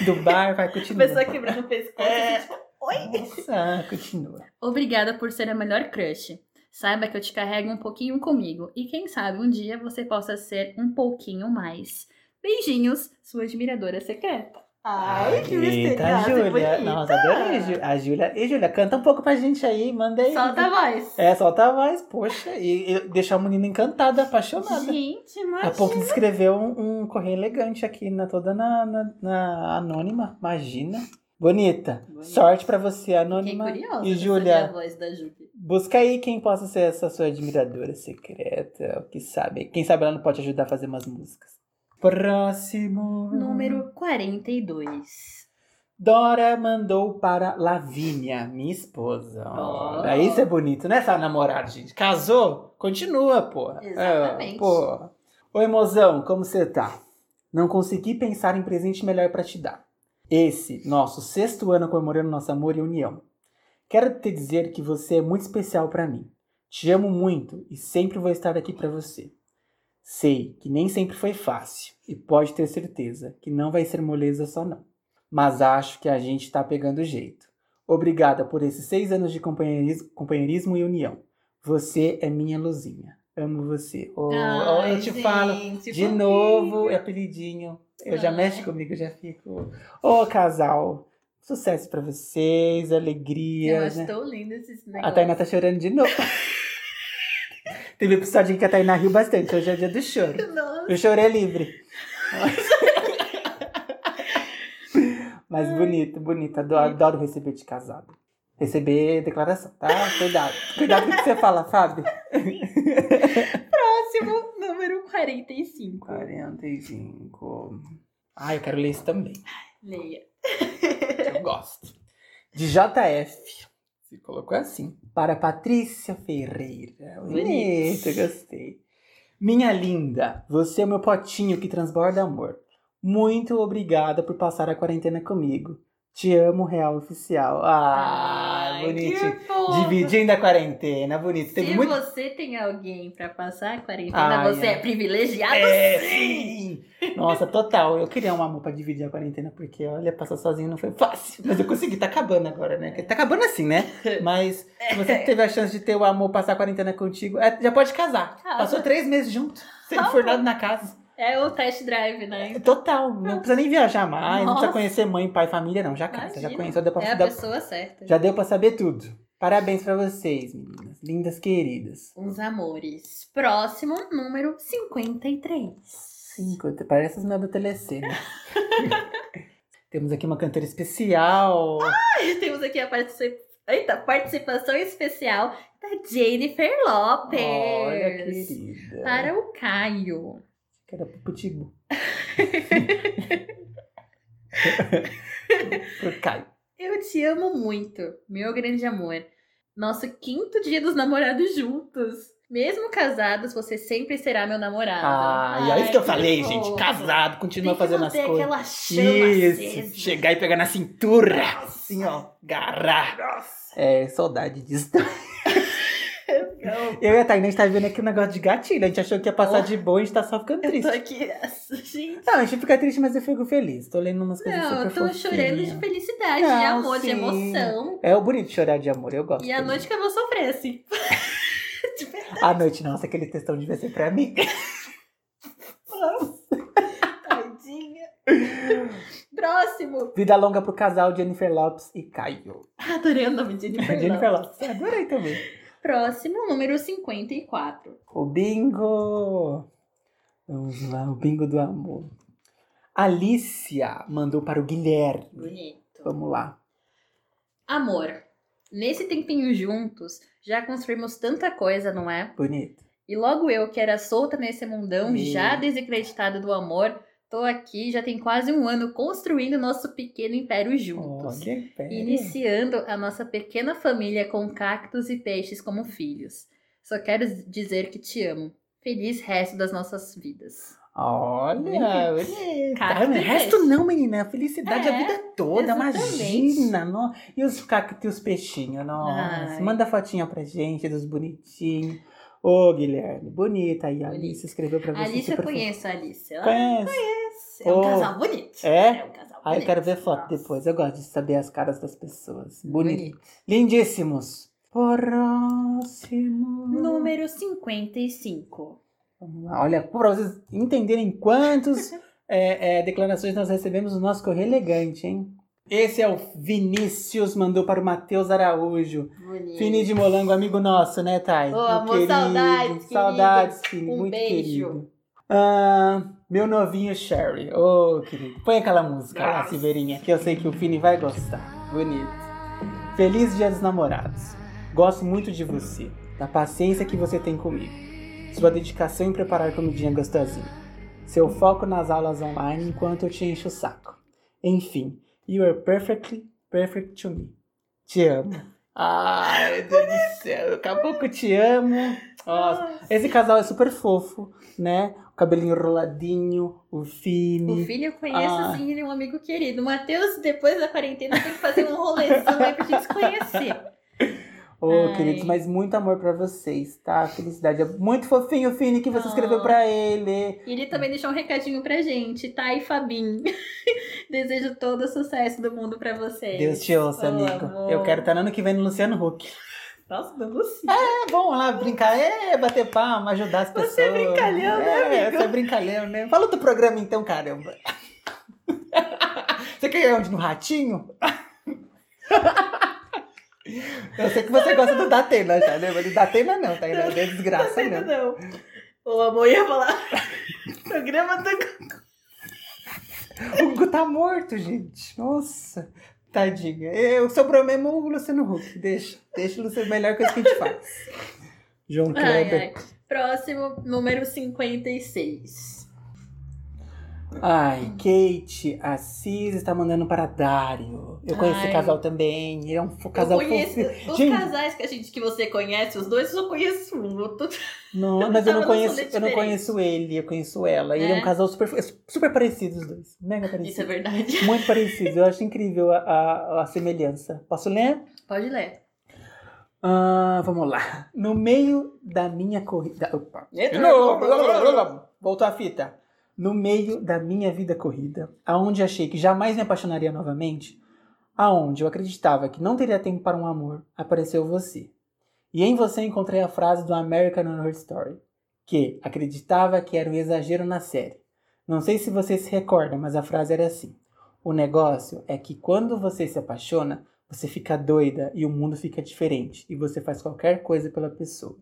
Speaker 1: Do bar, vai,
Speaker 2: A
Speaker 1: continua.
Speaker 2: pessoa quebrando o pescoço.
Speaker 1: É.
Speaker 2: assim, tipo, Oi?
Speaker 1: Nossa, continua.
Speaker 2: Obrigada por ser a melhor crush. Saiba que eu te carrego um pouquinho comigo. E quem sabe um dia você possa ser um pouquinho mais. Beijinhos, sua admiradora secreta.
Speaker 1: Eita, Júlia. Nossa, adorei Jú- a Júlia. E Júlia, canta um pouco pra gente aí, manda aí.
Speaker 2: Solta a voz.
Speaker 1: É, solta a voz, poxa. E, e deixar a menina encantada, apaixonada.
Speaker 2: Gente,
Speaker 1: A
Speaker 2: imagina.
Speaker 1: ponto de escrever um, um correio elegante aqui, na, toda na, na, na anônima, imagina. Bonita.
Speaker 2: Bonita.
Speaker 1: Sorte pra você,
Speaker 2: Fiquei
Speaker 1: anônima.
Speaker 2: curiosa
Speaker 1: E
Speaker 2: pra saber a
Speaker 1: Júlia,
Speaker 2: voz da Júlia.
Speaker 1: busca aí quem possa ser essa sua admiradora secreta, o que sabe. Quem sabe ela não pode ajudar a fazer umas músicas. Próximo.
Speaker 2: Número 42.
Speaker 1: Dora mandou para Lavínia, minha esposa.
Speaker 2: Ó.
Speaker 1: Olha, Isso é bonito, né? Essa namorada, gente. Casou? Continua, porra.
Speaker 2: Exatamente.
Speaker 1: É, porra. Oi, mozão, como você tá? Não consegui pensar em presente melhor pra te dar. Esse, nosso sexto ano comemorando nosso amor e união. Quero te dizer que você é muito especial pra mim. Te amo muito e sempre vou estar aqui pra você. Sei que nem sempre foi fácil e pode ter certeza que não vai ser moleza só não. Mas acho que a gente tá pegando jeito. Obrigada por esses seis anos de companheiris- companheirismo e união. Você é minha luzinha. Amo você. Oh, oh, eu te falo. De novo, é apelidinho. Eu já
Speaker 2: Ah.
Speaker 1: mexo comigo, já fico. Ô, casal, sucesso pra vocês,
Speaker 2: Eu
Speaker 1: alegria.
Speaker 2: acho
Speaker 1: Né?
Speaker 2: tão lindo esses
Speaker 1: A
Speaker 2: negócios.
Speaker 1: Tainá tá chorando de novo. *laughs* Teve episódio em que a Tainá riu bastante, hoje é dia do choro.
Speaker 2: Nossa.
Speaker 1: O choro é livre. Mas bonito, bonito. Adoro, adoro receber de casado. Receber declaração, tá? Cuidado. Cuidado com o que você fala, Fábio.
Speaker 2: Próximo, número 45.
Speaker 1: 45. Ah, eu quero ler isso também.
Speaker 2: Leia.
Speaker 1: Eu gosto. Então, De JF. Se colocou assim. Para Patrícia Ferreira.
Speaker 2: Bonito.
Speaker 1: Bonito, gostei. Minha linda, você é meu potinho que transborda amor. Muito obrigada por passar a quarentena comigo. Te amo, real oficial. Ah, bonitinho.
Speaker 2: que fofo.
Speaker 1: Dividindo a quarentena, bonito. Teve
Speaker 2: Se
Speaker 1: muito.
Speaker 2: você tem alguém pra passar a quarentena,
Speaker 1: Ai,
Speaker 2: você
Speaker 1: ai.
Speaker 2: é privilegiado.
Speaker 1: É, sim! Nossa, total. Eu queria um amor pra dividir a quarentena, porque olha, passar sozinho não foi fácil. Mas eu consegui, tá acabando agora, né? Tá acabando assim,
Speaker 2: *laughs*
Speaker 1: né? Mas
Speaker 2: É.
Speaker 1: se você teve a chance de ter o amor passar a quarentena contigo, é, já pode casar.
Speaker 2: Casa.
Speaker 1: Passou três meses junto,
Speaker 2: Ah,
Speaker 1: sendo fornado na casa. É,
Speaker 2: É o test drive, né?
Speaker 1: Total, não precisa nem viajar mais, não
Speaker 2: Nossa.
Speaker 1: precisa conhecer mãe, pai, família, não. Já casa, já
Speaker 2: Imagina.
Speaker 1: conheceu, deu pra,
Speaker 2: É a
Speaker 1: dá-
Speaker 2: pessoa certa.
Speaker 1: já deu pra saber tudo. Parabéns pra vocês, meninas. Lindas queridas.
Speaker 2: Uns amores. Próximo, número 53.
Speaker 1: Cinco, parece as minhas da Telecena. né? *laughs* Temos aqui uma cantora especial.
Speaker 2: *laughs* Temos aqui a participação. Eita, participação especial da Jennifer Lopes.
Speaker 1: Olha, querida.
Speaker 2: Para o Caio.
Speaker 1: Que era pro
Speaker 2: *laughs*
Speaker 1: Putibu. Pro Caio.
Speaker 2: Eu te amo muito, meu grande amor. Nosso quinto dia dos namorados juntos. Mesmo casados, você sempre será meu namorado.
Speaker 1: Ah, e é isso que eu falei,
Speaker 2: fofo.
Speaker 1: gente. Casado, continua
Speaker 2: Tem que
Speaker 1: fazendo as
Speaker 2: manter
Speaker 1: coisas.
Speaker 2: aquela chama acesa.
Speaker 1: Isso. Chegar e pegar na cintura. Assim, ó. Garra.
Speaker 2: Nossa,
Speaker 1: É, saudade disso.
Speaker 2: eu,
Speaker 1: Eu e a Tainá, a gente tá vivendo aqui um negócio de gatilho. A gente achou que ia passar
Speaker 2: Oh.
Speaker 1: de boa, a gente tá só ficando
Speaker 2: eu tô
Speaker 1: triste.
Speaker 2: aqui. Gente,
Speaker 1: Não, a gente fica triste, mas eu fico feliz. Tô lendo umas coisas
Speaker 2: não,
Speaker 1: super
Speaker 2: eu tô
Speaker 1: fofinhas.
Speaker 2: chorando de felicidade, de
Speaker 1: Não,
Speaker 2: amor,
Speaker 1: sim.
Speaker 2: de emoção.
Speaker 1: É o bonito chorar de amor, eu gosto.
Speaker 2: E a
Speaker 1: também. *laughs*
Speaker 2: noite que eu vou sofrer, assim.
Speaker 1: À noite, nossa, aquele textão devia ser pra mim. *laughs*
Speaker 2: Tadinha. Próximo.
Speaker 1: Vida longa pro casal Jennifer Lopes e Caio.
Speaker 2: Adorei o nome de Jennifer.
Speaker 1: Jennifer Lopes, adorei também.
Speaker 2: Próximo, número 54.
Speaker 1: O bingo! Vamos lá, o bingo do amor. Alicia mandou para o Guilherme.
Speaker 2: Bonito.
Speaker 1: Vamos lá.
Speaker 2: Amor, nesse tempinho juntos, já construímos tanta coisa, não é?
Speaker 1: Bonito.
Speaker 2: E logo eu, que era solta nesse mundão,
Speaker 1: Meu.
Speaker 2: já desacreditada do amor, tô aqui já tem quase um ano construindo nosso pequeno império juntos.
Speaker 1: Olha, pera.
Speaker 2: Iniciando a nossa pequena família com cactos e peixes como filhos. Só quero dizer que te amo. Feliz resto das nossas vidas.
Speaker 1: Olha, olha. Tá,
Speaker 2: Cacto e
Speaker 1: resto não, menina. Felicidade a
Speaker 2: É,
Speaker 1: vida toda,
Speaker 2: exatamente.
Speaker 1: imagina. No... E os cactos e os peixinhos, nossa.
Speaker 2: Ai.
Speaker 1: Manda fotinha pra gente dos bonitinhos. Ô, Guilherme, bonita. aí a Alice
Speaker 2: Bonita.
Speaker 1: escreveu pra
Speaker 2: A
Speaker 1: você.
Speaker 2: Alice, é eu
Speaker 1: super
Speaker 2: conheço a Alice.
Speaker 1: fofo.
Speaker 2: Ela
Speaker 1: Conhece?
Speaker 2: é um
Speaker 1: Oh.
Speaker 2: casal bonito.
Speaker 1: É?
Speaker 2: um casal
Speaker 1: Ah, eu
Speaker 2: bonito.
Speaker 1: quero ver foto
Speaker 2: Nossa.
Speaker 1: depois. Eu gosto de saber as caras das pessoas. Bonito. Lindíssimos. Próximo.
Speaker 2: Número 55.
Speaker 1: Vamos lá. Olha, para vocês entenderem quantos é, é, declarações nós recebemos no nosso Correio Elegante, hein? Esse é o Vinícius, mandou para o Matheus Araújo.
Speaker 2: Bonito.
Speaker 1: Fini de Molango, amigo nosso, né, Thay?
Speaker 2: Ô,
Speaker 1: Um
Speaker 2: amor, saudades, querido.
Speaker 1: Saudades, Fini,
Speaker 2: Um
Speaker 1: muito
Speaker 2: beijo.
Speaker 1: querido. Ah, meu novinho Sherry. Ô, querido. Põe aquela música lá,
Speaker 2: Nossa.
Speaker 1: Silveirinha, que eu sei que o Fini vai gostar. Bonito. Feliz Dia dos Namorados. Gosto muito de você, da paciência que você tem comigo, sua dedicação em preparar comidinha gostosinha, seu foco nas aulas online enquanto eu te encho o saco. Enfim, you are perfectly perfect to me. Te amo. Ai, meu Deus do céu, daqui a pouco te amo. Nossa, esse casal é super fofo, né? O cabelinho enroladinho, o
Speaker 2: O
Speaker 1: Fini.
Speaker 2: filho eu conheço,
Speaker 1: Ah.
Speaker 2: assim, ele é um amigo querido. O Matheus, depois da quarentena, tem que fazer um rolezão aí pra gente se conhecer.
Speaker 1: Ô,
Speaker 2: Ai.
Speaker 1: queridos, mas muito amor pra vocês, tá? Felicidade. É muito fofinho o Fini que você
Speaker 2: Ah.
Speaker 1: escreveu pra ele.
Speaker 2: E ele também deixou um recadinho pra gente, tá? E Fabinho, *laughs* desejo todo o sucesso do mundo pra vocês.
Speaker 1: Deus te ouça,
Speaker 2: Ô,
Speaker 1: amigo.
Speaker 2: amor.
Speaker 1: Eu quero estar no ano que vem no Luciano Huck.
Speaker 2: Nossa, da Lucinha.
Speaker 1: É bom lá brincar, é bater palma, ajudar as pessoas.
Speaker 2: Você é brincalhão, né,
Speaker 1: É,
Speaker 2: amigo?
Speaker 1: Você é brincalhão, né? Fala do programa então, caramba. Você quer ir onde? No Ratinho? Eu sei que você gosta do Datena já, né? Mas do Datena não, tá? Não é desgraça,
Speaker 2: Não,
Speaker 1: não.
Speaker 2: não. O amor ia falar.
Speaker 1: *laughs*
Speaker 2: Programa do.
Speaker 1: O Hugo tá morto, gente. Nossa, tadinha. Eu sou pro mesmo o Luciano Huck. Deixa, deixa o Luciano melhor coisa que a gente faz. João
Speaker 2: Ai,
Speaker 1: Kleber.
Speaker 2: ai. Próximo, número 56.
Speaker 1: Ai, Kate Assis está mandando para Dário. Eu conheço
Speaker 2: Ai.
Speaker 1: esse casal também. Ele é um fo-
Speaker 2: eu
Speaker 1: casal
Speaker 2: conheço
Speaker 1: fofinho.
Speaker 2: os
Speaker 1: Gente.
Speaker 2: casais que a gente que você conhece, os dois, eu só conheço um. Eu tô-
Speaker 1: Não, mas eu
Speaker 2: Tava num
Speaker 1: não conheço,
Speaker 2: rolê
Speaker 1: eu não
Speaker 2: diferente.
Speaker 1: conheço ele, eu conheço ela. Ele é
Speaker 2: É?
Speaker 1: um casal super, super parecido os dois. Mega
Speaker 2: Isso é
Speaker 1: parecido.
Speaker 2: verdade.
Speaker 1: Muito parecido. Eu acho incrível a, a- a semelhança. Posso ler?
Speaker 2: *laughs* Pode ler.
Speaker 1: Ah, vamos lá. No meio da minha corrida. Opa.
Speaker 2: Eita.
Speaker 1: Voltou a fita. No meio da minha vida corrida, aonde achei que jamais me apaixonaria novamente, aonde eu acreditava que não teria tempo para um amor, apareceu você. E em você encontrei a frase do American Horror Story, que acreditava que era um exagero na série. Não sei se você se recorda, mas a frase era assim: O negócio é que quando você se apaixona, você fica doida e o mundo fica diferente, e você faz qualquer coisa pela pessoa.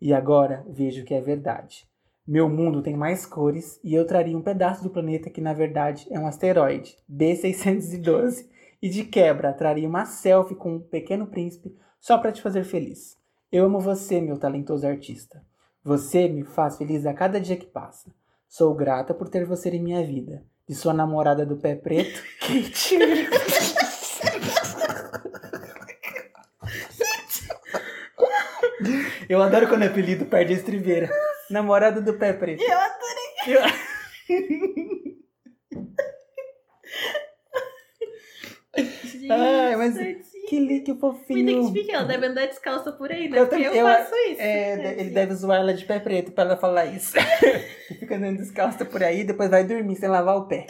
Speaker 1: E agora vejo que é verdade. Meu mundo tem mais cores e eu traria um pedaço do planeta que na verdade é um asteroide, B612, e de quebra traria uma selfie com o pequeno príncipe só para te fazer feliz. Eu amo você, meu talentoso artista. Você me faz feliz a cada dia que passa. Sou grata por ter você em minha vida. De sua namorada do pé preto, *laughs* Kate. Eu adoro quando é apelido perde a estribeira. Namorada do pé preto.
Speaker 2: Eu adorei. *laughs* Gente,
Speaker 1: Ai, mas-
Speaker 2: tadinho.
Speaker 1: Que li, que
Speaker 2: Me
Speaker 1: fofinho.
Speaker 2: identifiquei, ela deve andar descalça por aí, né?
Speaker 1: Eu
Speaker 2: Porque
Speaker 1: também-
Speaker 2: eu,
Speaker 1: eu-
Speaker 2: faço isso. né, assim.
Speaker 1: É,
Speaker 2: tadinho.
Speaker 1: ele deve zoar ela de pé preto pra ela falar
Speaker 2: *laughs*
Speaker 1: isso. Fica andando descalça
Speaker 2: *laughs*
Speaker 1: por aí, depois vai dormir sem lavar o pé.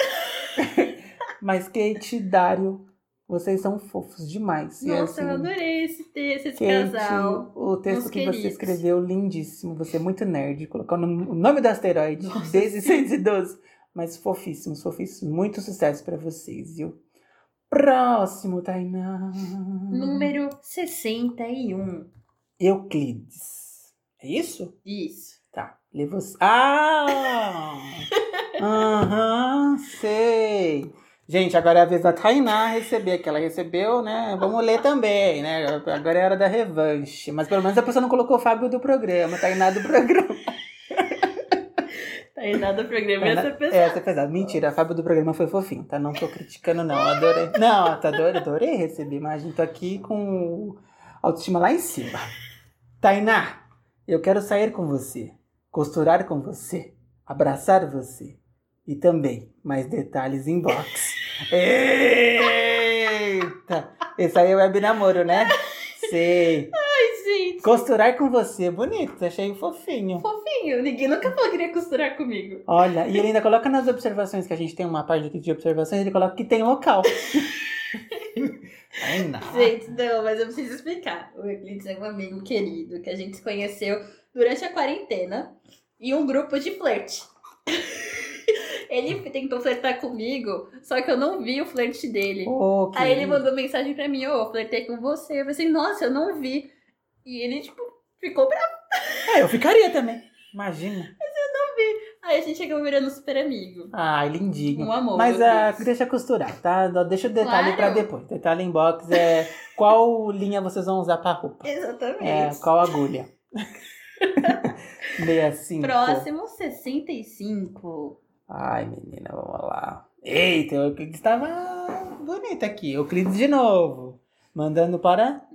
Speaker 1: Mas Kate, Dário, Vocês são fofos demais. E,
Speaker 2: Nossa, eu
Speaker 1: assim,
Speaker 2: adorei esse, te- esse
Speaker 1: Kate,
Speaker 2: casal.
Speaker 1: o texto
Speaker 2: uns
Speaker 1: que você
Speaker 2: queridos.
Speaker 1: escreveu, lindíssimo. Você é muito nerd. Colocou o nome- o nome do asteroide, 1612. Mas fofíssimos, fofíssimos. Muito sucesso pra vocês, viu? Próximo, Tainá. Hum.
Speaker 2: Número 61.
Speaker 1: Euclides. É isso?
Speaker 2: Isso.
Speaker 1: Tá. Lê você. Ah! Aham, sei. Gente, agora é a vez da Tainá receber, que ela recebeu, né? Vamos ler também, né? Agora é a hora da revanche. Mas pelo menos a pessoa não colocou o Fábio do programa, Tainá do programa.
Speaker 2: Tá aí nada do programa
Speaker 1: Tainá-
Speaker 2: essa
Speaker 1: É,
Speaker 2: pessoa.
Speaker 1: essa é pesada. Mentira, a Fábio do programa foi fofinho, tá? Não tô criticando, não. Adorei. Não, tá, adorei, adorei receber, mas a gente tô aqui com autoestima lá em cima. Tainá, eu quero sair com você, costurar com você, abraçar você e também mais detalhes em box. Eita! Esse aí é web namoro, né? Sei.
Speaker 2: Ai, gente.
Speaker 1: Costurar com você, bonito, achei fofinho.
Speaker 2: Fofinho. Ninguém nunca falou que iria costurar comigo.
Speaker 1: Olha, e ele ainda coloca nas observações, que a gente tem uma parte aqui de observações, ele coloca que tem local. *laughs* Ai, não.
Speaker 2: *laughs* Gente, não, mas eu preciso explicar. O Euclides é um amigo querido que a gente se conheceu durante a quarentena em um grupo de flerte. *laughs* ele tentou flertar comigo, só que eu não vi o flerte dele.
Speaker 1: Ô,
Speaker 2: Aí ele
Speaker 1: querido.
Speaker 2: mandou mensagem pra mim, ô, flertei com você. Eu falei, nossa, eu não vi. E ele, tipo, ficou bravo.
Speaker 1: É, eu ficaria também. Imagina.
Speaker 2: Aí a gente chegou virando super amigo.
Speaker 1: Ai, lindinho.
Speaker 2: Um amor.
Speaker 1: é Mas
Speaker 2: meu
Speaker 1: ah,
Speaker 2: Deus.
Speaker 1: deixa costurar, tá? Deixa o detalhe
Speaker 2: Claro.
Speaker 1: pra depois. Detalhe em box é qual linha vocês vão usar pra roupa. É,
Speaker 2: Exatamente.
Speaker 1: qual
Speaker 2: *laughs*
Speaker 1: agulha. Meia cinco.
Speaker 2: Próximo, 65.
Speaker 1: Ai, menina, vamos lá. Eita, o Euclides tava bonito aqui. Euclides de novo. Mandando para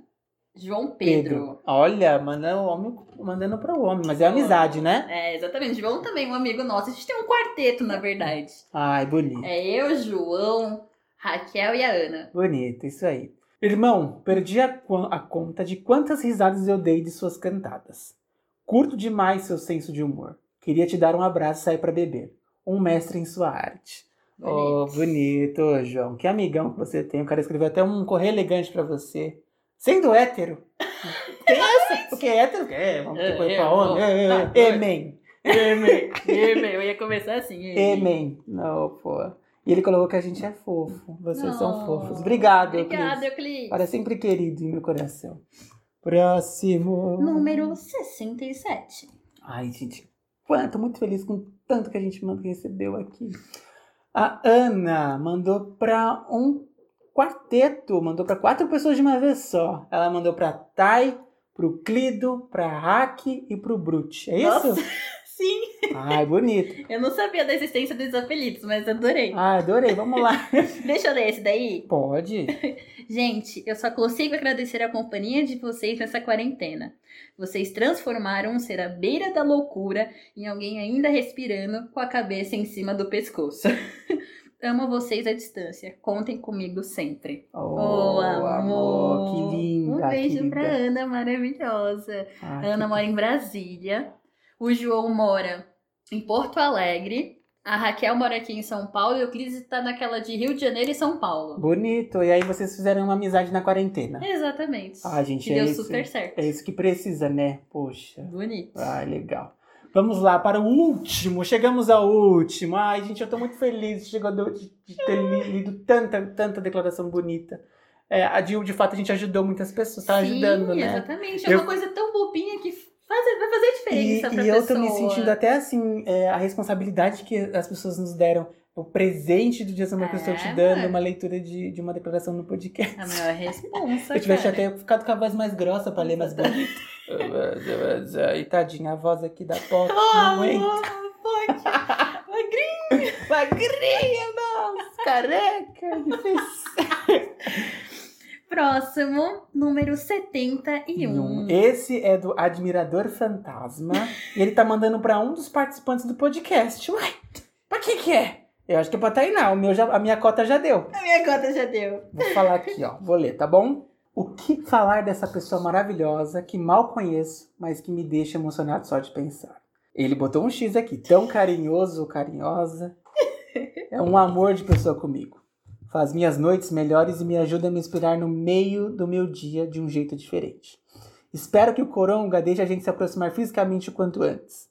Speaker 2: João Pedro.
Speaker 1: Olha, mandando o homem, mandando pro homem, mas é amizade, né?
Speaker 2: É, exatamente. João também, um amigo nosso. A gente tem um quarteto, na verdade.
Speaker 1: Ai, bonito.
Speaker 2: É eu, João, Raquel e a Ana.
Speaker 1: Bonito, isso aí. Irmão, perdi a, quan- a conta de quantas risadas eu dei de suas cantadas. Curto demais seu senso de humor. Queria te dar um abraço e sair pra beber. Um mestre em sua arte. Oh, bonito, ô, João. Que amigão que você tem. O cara escreveu até um correio elegante pra você. Sendo
Speaker 2: *laughs*
Speaker 1: hétero. Tem essa? Porque é hétero. É, vamos ter
Speaker 2: É,
Speaker 1: correr
Speaker 2: é,
Speaker 1: pra onde?
Speaker 2: vamos.
Speaker 1: É,
Speaker 2: Tá,
Speaker 1: é, é.
Speaker 2: doido.
Speaker 1: Amém.
Speaker 2: Amém. Amém. Eu ia começar assim.
Speaker 1: Amém. Não, pô. E ele colocou que a gente é fofo. Vocês são
Speaker 2: Não.
Speaker 1: fofos. Obrigado,
Speaker 2: Obrigada,
Speaker 1: Euclides.
Speaker 2: Euclides.
Speaker 1: Para sempre querido em meu coração. Próximo.
Speaker 2: Número 67.
Speaker 1: Ai, gente. Quanto, tô muito feliz com o tanto que a gente manda- recebeu aqui. A Ana mandou pra um quarteto. Mandou pra quatro pessoas de uma vez só. Ela mandou pra Tai, pro Clido, pra Haki e pro Brute. É isso?
Speaker 2: Sim,
Speaker 1: Ai, bonito.
Speaker 2: eu não sabia da existência dos apelidos, mas adorei.
Speaker 1: Ai, adorei. Vamos lá.
Speaker 2: Deixa eu ler esse daí.
Speaker 1: Pode?
Speaker 2: Gente, eu só consigo agradecer a companhia de vocês nessa quarentena. Vocês transformaram um ser à beira da loucura em alguém ainda respirando com a cabeça em cima do pescoço. *laughs* Amo vocês à distância. Contem comigo sempre.
Speaker 1: Oh, amor, que linda.
Speaker 2: Um beijo
Speaker 1: querida.
Speaker 2: pra Ana, maravilhosa.
Speaker 1: Ai,
Speaker 2: A Ana
Speaker 1: que-
Speaker 2: mora em Brasília. O João mora em Porto Alegre. A Raquel mora aqui em São Paulo. E o Cris tá naquela de Rio de Janeiro e São Paulo.
Speaker 1: Bonito. E aí vocês fizeram uma amizade na quarentena.
Speaker 2: Exatamente.
Speaker 1: Ah, gente,
Speaker 2: que
Speaker 1: é
Speaker 2: deu
Speaker 1: isso.
Speaker 2: super certo.
Speaker 1: É Ah, isso que precisa, né? Poxa.
Speaker 2: Bonito.
Speaker 1: Ai, legal. Vamos lá para o último. Chegamos ao último. Ai, gente, eu tô muito feliz de, chegar do- de- de ter li- lido tanta, tanta declaração bonita. É, a Dil, de fato, a gente ajudou muitas pessoas. Tá ajudando,
Speaker 2: Sim,
Speaker 1: né?
Speaker 2: exatamente. É
Speaker 1: Eu-
Speaker 2: uma coisa tão bobinha que faz, vai fazer
Speaker 1: E,
Speaker 2: diferença pra
Speaker 1: e
Speaker 2: pessoa.
Speaker 1: eu tô me sentindo até assim, é, a responsabilidade que as pessoas nos deram. O presente do Dia Amor que eu estou te
Speaker 2: É,
Speaker 1: dando,
Speaker 2: mano.
Speaker 1: uma leitura de, de uma declaração no podcast.
Speaker 2: A maior responsa,
Speaker 1: Se assim. eu tivesse
Speaker 2: cara.
Speaker 1: até ficado com a voz mais grossa pra ler mais bonito. e tadinha, a voz aqui da porta.
Speaker 2: *laughs* Oh,
Speaker 1: não, um, hein?
Speaker 2: pode. Magrinha.
Speaker 1: Magrinha, nossa, careca, difícil.
Speaker 2: Próximo, número 71.
Speaker 1: Esse é do Admirador Fantasma. e ele tá mandando pra um dos participantes do podcast. Uai, pra que que é? Eu acho que é pra Tainá, o meu já, a minha cota já deu.
Speaker 2: A minha conta já deu.
Speaker 1: Vou falar aqui, ó. Vou ler, tá bom? O que falar dessa pessoa maravilhosa que mal conheço, mas que me deixa emocionado só de pensar? Ele botou um X aqui, tão carinhoso, carinhosa. É um amor de pessoa comigo. Faz minhas noites melhores e me ajuda a me inspirar no meio do meu dia de um jeito diferente. Espero que o Coronga deixe a gente se aproximar fisicamente o quanto antes.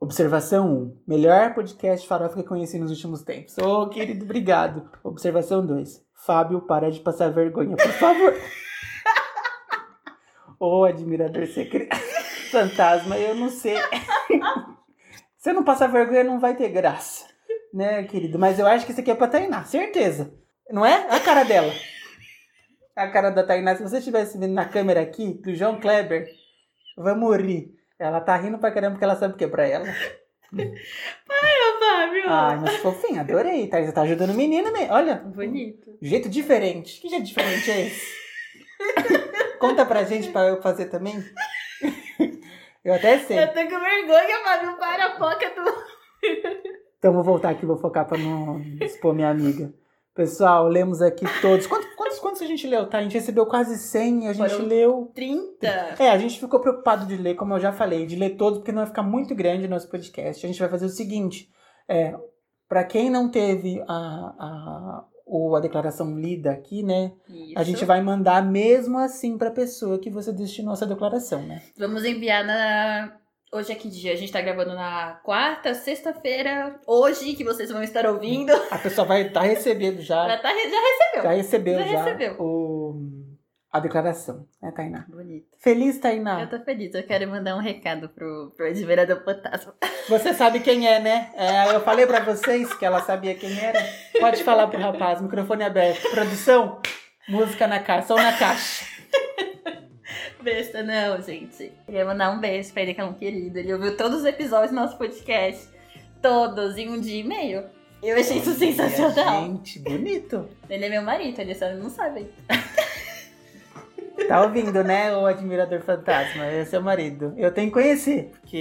Speaker 1: Observação 1. Melhor podcast farofa que conheci nos últimos tempos. Ô, querido, obrigado. Observação 2. Fábio, para de passar vergonha, por favor. Ô, admirador secreto. *laughs* Fantasma, eu não sei. *laughs* Se eu não passar vergonha, não vai ter graça. Né, querido? Mas eu acho que isso aqui é pra Tainá, certeza. Não é? A cara dela. A cara da Tainá. Se você estivesse vendo na câmera aqui, do João Kleber, vamos rir. Ela tá rindo pra caramba porque ela sabe o que é pra ela.
Speaker 2: Ô, Fábio!
Speaker 1: Ai, mas fofinho, adorei. Tá, você tá ajudando o menino, né? Olha, um
Speaker 2: Bonito.
Speaker 1: jeito diferente. Que jeito diferente é esse? Conta pra gente pra eu fazer também. Eu até sei.
Speaker 2: Eu tô com vergonha, Fábio. Para a foca do.
Speaker 1: Então vou voltar aqui, vou focar pra não expor minha amiga. Pessoal, lemos aqui todos. Quantos, quantos, quantos a gente leu, tá? A gente recebeu quase 100 e a gente
Speaker 2: Foram-
Speaker 1: leu...
Speaker 2: 30.
Speaker 1: É, a gente ficou preocupado de ler, como eu já falei, de ler todos, porque não vai ficar muito grande o nosso podcast. A gente vai fazer o seguinte: é, para quem não teve a, a, ou a declaração lida aqui, né?
Speaker 2: Isso.
Speaker 1: A gente vai mandar mesmo assim pra pessoa que você destinou essa declaração, né?
Speaker 2: Vamos enviar na. Hoje é que dia? A gente tá gravando na quarta, sexta-feira, hoje, que vocês vão estar ouvindo.
Speaker 1: A pessoa vai estar recebendo já.
Speaker 2: Já, tá, já recebeu.
Speaker 1: Já recebeu
Speaker 2: Já
Speaker 1: já,
Speaker 2: recebeu.
Speaker 1: O, a declaração, né, Tainá?
Speaker 2: tá Bonito.
Speaker 1: Feliz,
Speaker 2: Eu
Speaker 1: Tainá.
Speaker 2: tô feliz, eu quero mandar um recado pro, pro admirador fantasma.
Speaker 1: Você sabe quem é, né? É, eu falei pra vocês que ela sabia quem era. Pode falar pro rapaz, microfone aberto. Produção, música na caixa, som na caixa.
Speaker 2: Besta não, gente. Queria mandar um beijo pra ele, que é um querido. Ele ouviu todos os episódios do nosso podcast. Todos, em um dia e meio. Eu achei isso sensacional.
Speaker 1: Gente, bonito.
Speaker 2: Ele é meu marido, ele só não sabe.
Speaker 1: Tá ouvindo, né, o admirador fantasma? É seu marido. Eu tenho que conhecer, porque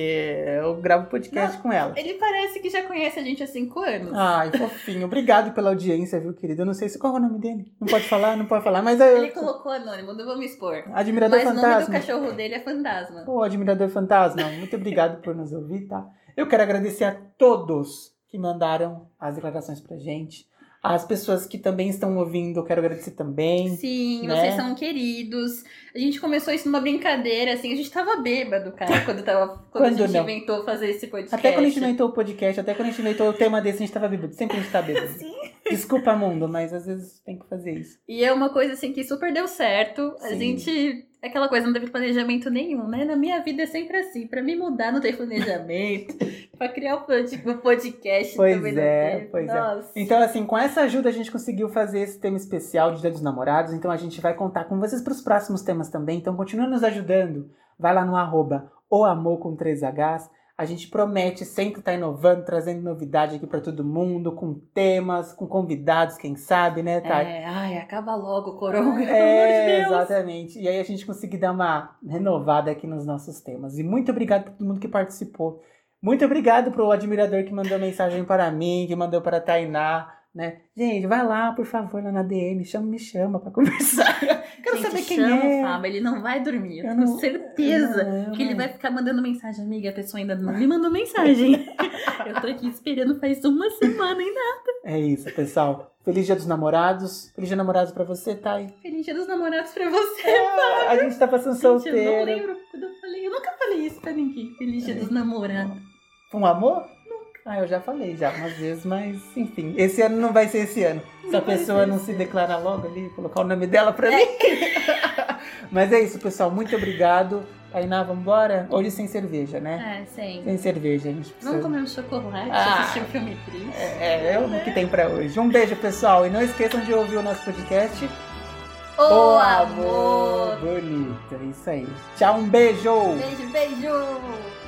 Speaker 1: eu gravo podcast com ela.
Speaker 2: Ele parece que já conhece a gente há cinco anos.
Speaker 1: Ai, fofinho. Obrigado pela audiência, viu, querido? Eu não sei se qual é o nome dele. Não pode falar, não pode falar, mas eu.
Speaker 2: Ele colocou anônimo, não vou me expor.
Speaker 1: Admirador
Speaker 2: Mas o nome do
Speaker 1: fantasma.
Speaker 2: cachorro dele é Fantasma.
Speaker 1: Pô, admirador fantasma, muito obrigado por nos ouvir, tá? Eu quero agradecer a todos que mandaram as declarações pra gente. As pessoas que também estão ouvindo, eu quero agradecer também.
Speaker 2: Sim,
Speaker 1: Né?
Speaker 2: vocês são queridos. A gente começou isso numa brincadeira, assim. A gente tava
Speaker 1: *laughs*
Speaker 2: bêbado, cara, quando, tava, quando, a
Speaker 1: Quando
Speaker 2: gente
Speaker 1: não.
Speaker 2: inventou fazer esse podcast.
Speaker 1: Até quando a gente inventou o podcast, até quando a gente inventou o tema desse, a gente tava bêbado. Sempre a gente tá bêbado.
Speaker 2: Sim.
Speaker 1: Desculpa, mundo, mas às vezes tem que fazer isso.
Speaker 2: E é uma coisa, assim, que super deu certo. A
Speaker 1: Sim.
Speaker 2: gente... é Aquela coisa, não teve planejamento nenhum, né? Na minha vida é sempre assim. Pra me mudar, não tem *laughs* planejamento. pra criar o pod- o podcast
Speaker 1: Pois
Speaker 2: também
Speaker 1: é,
Speaker 2: não teve.
Speaker 1: pois é.
Speaker 2: Nossa.
Speaker 1: Então, assim, com essa ajuda a gente conseguiu fazer esse tema especial de Dia dos Namorados. Então, a gente vai contar com vocês para os próximos temas também. Então, continua nos ajudando. Vai lá no arroba o amor com 3Hs. A gente promete sempre estar inovando, trazendo novidade aqui para todo mundo, com temas, com convidados, quem sabe, né, Thay?
Speaker 2: É, ai, acaba logo, coronga.
Speaker 1: É,
Speaker 2: pelo amor de Deus.
Speaker 1: exatamente. E aí a gente conseguir dar uma renovada aqui nos nossos temas. E muito obrigado para todo mundo que participou. Muito obrigado pro admirador que mandou mensagem para mim, que mandou para a Tainá, né? Gente, vai lá, por favor, lá na DM, chama, me chama para *laughs* conversar. Quero
Speaker 2: Gente,
Speaker 1: saber quem
Speaker 2: chama o
Speaker 1: é.
Speaker 2: Fábio, ele não vai dormir, eu
Speaker 1: Eu
Speaker 2: tenho
Speaker 1: não-
Speaker 2: certeza.
Speaker 1: Não, é.
Speaker 2: Que ele vai ficar mandando mensagem, amiga, a pessoa ainda não me mandou mensagem. *laughs* eu tô aqui esperando faz uma semana ainda.
Speaker 1: É isso, pessoal. Feliz Dia dos Namorados. Feliz Dia dos Namorados para você, Thay.
Speaker 2: Feliz dia dos namorados pra você.
Speaker 1: Ah, a gente tá passando
Speaker 2: É, Gente, eu não
Speaker 1: solteiro.
Speaker 2: lembro quando eu falei. Eu nunca falei isso pra ninguém. Feliz dia dos namorados.
Speaker 1: Um amor? Ah, eu já falei já umas vezes, mas enfim. Esse ano não vai ser esse ano. Se
Speaker 2: Não
Speaker 1: a
Speaker 2: vai
Speaker 1: pessoa
Speaker 2: ser
Speaker 1: não
Speaker 2: esse
Speaker 1: se
Speaker 2: ano. É.
Speaker 1: declarar logo ali, colocar o nome dela pra mim. *laughs* mas é isso, pessoal. Muito obrigado. Tainá, vambora? Hoje sem cerveja, né?
Speaker 2: É, sim.
Speaker 1: Sem cerveja, a gente
Speaker 2: Vamos
Speaker 1: precisa.
Speaker 2: comer um chocolate,
Speaker 1: Ah.
Speaker 2: assistir um filme triste.
Speaker 1: É, é o que tem pra hoje. Um beijo, pessoal. E não esqueçam de ouvir o nosso podcast.
Speaker 2: Ô, amor!
Speaker 1: Bonito, é isso aí. Tchau, um beijo!
Speaker 2: Beijo, beijo!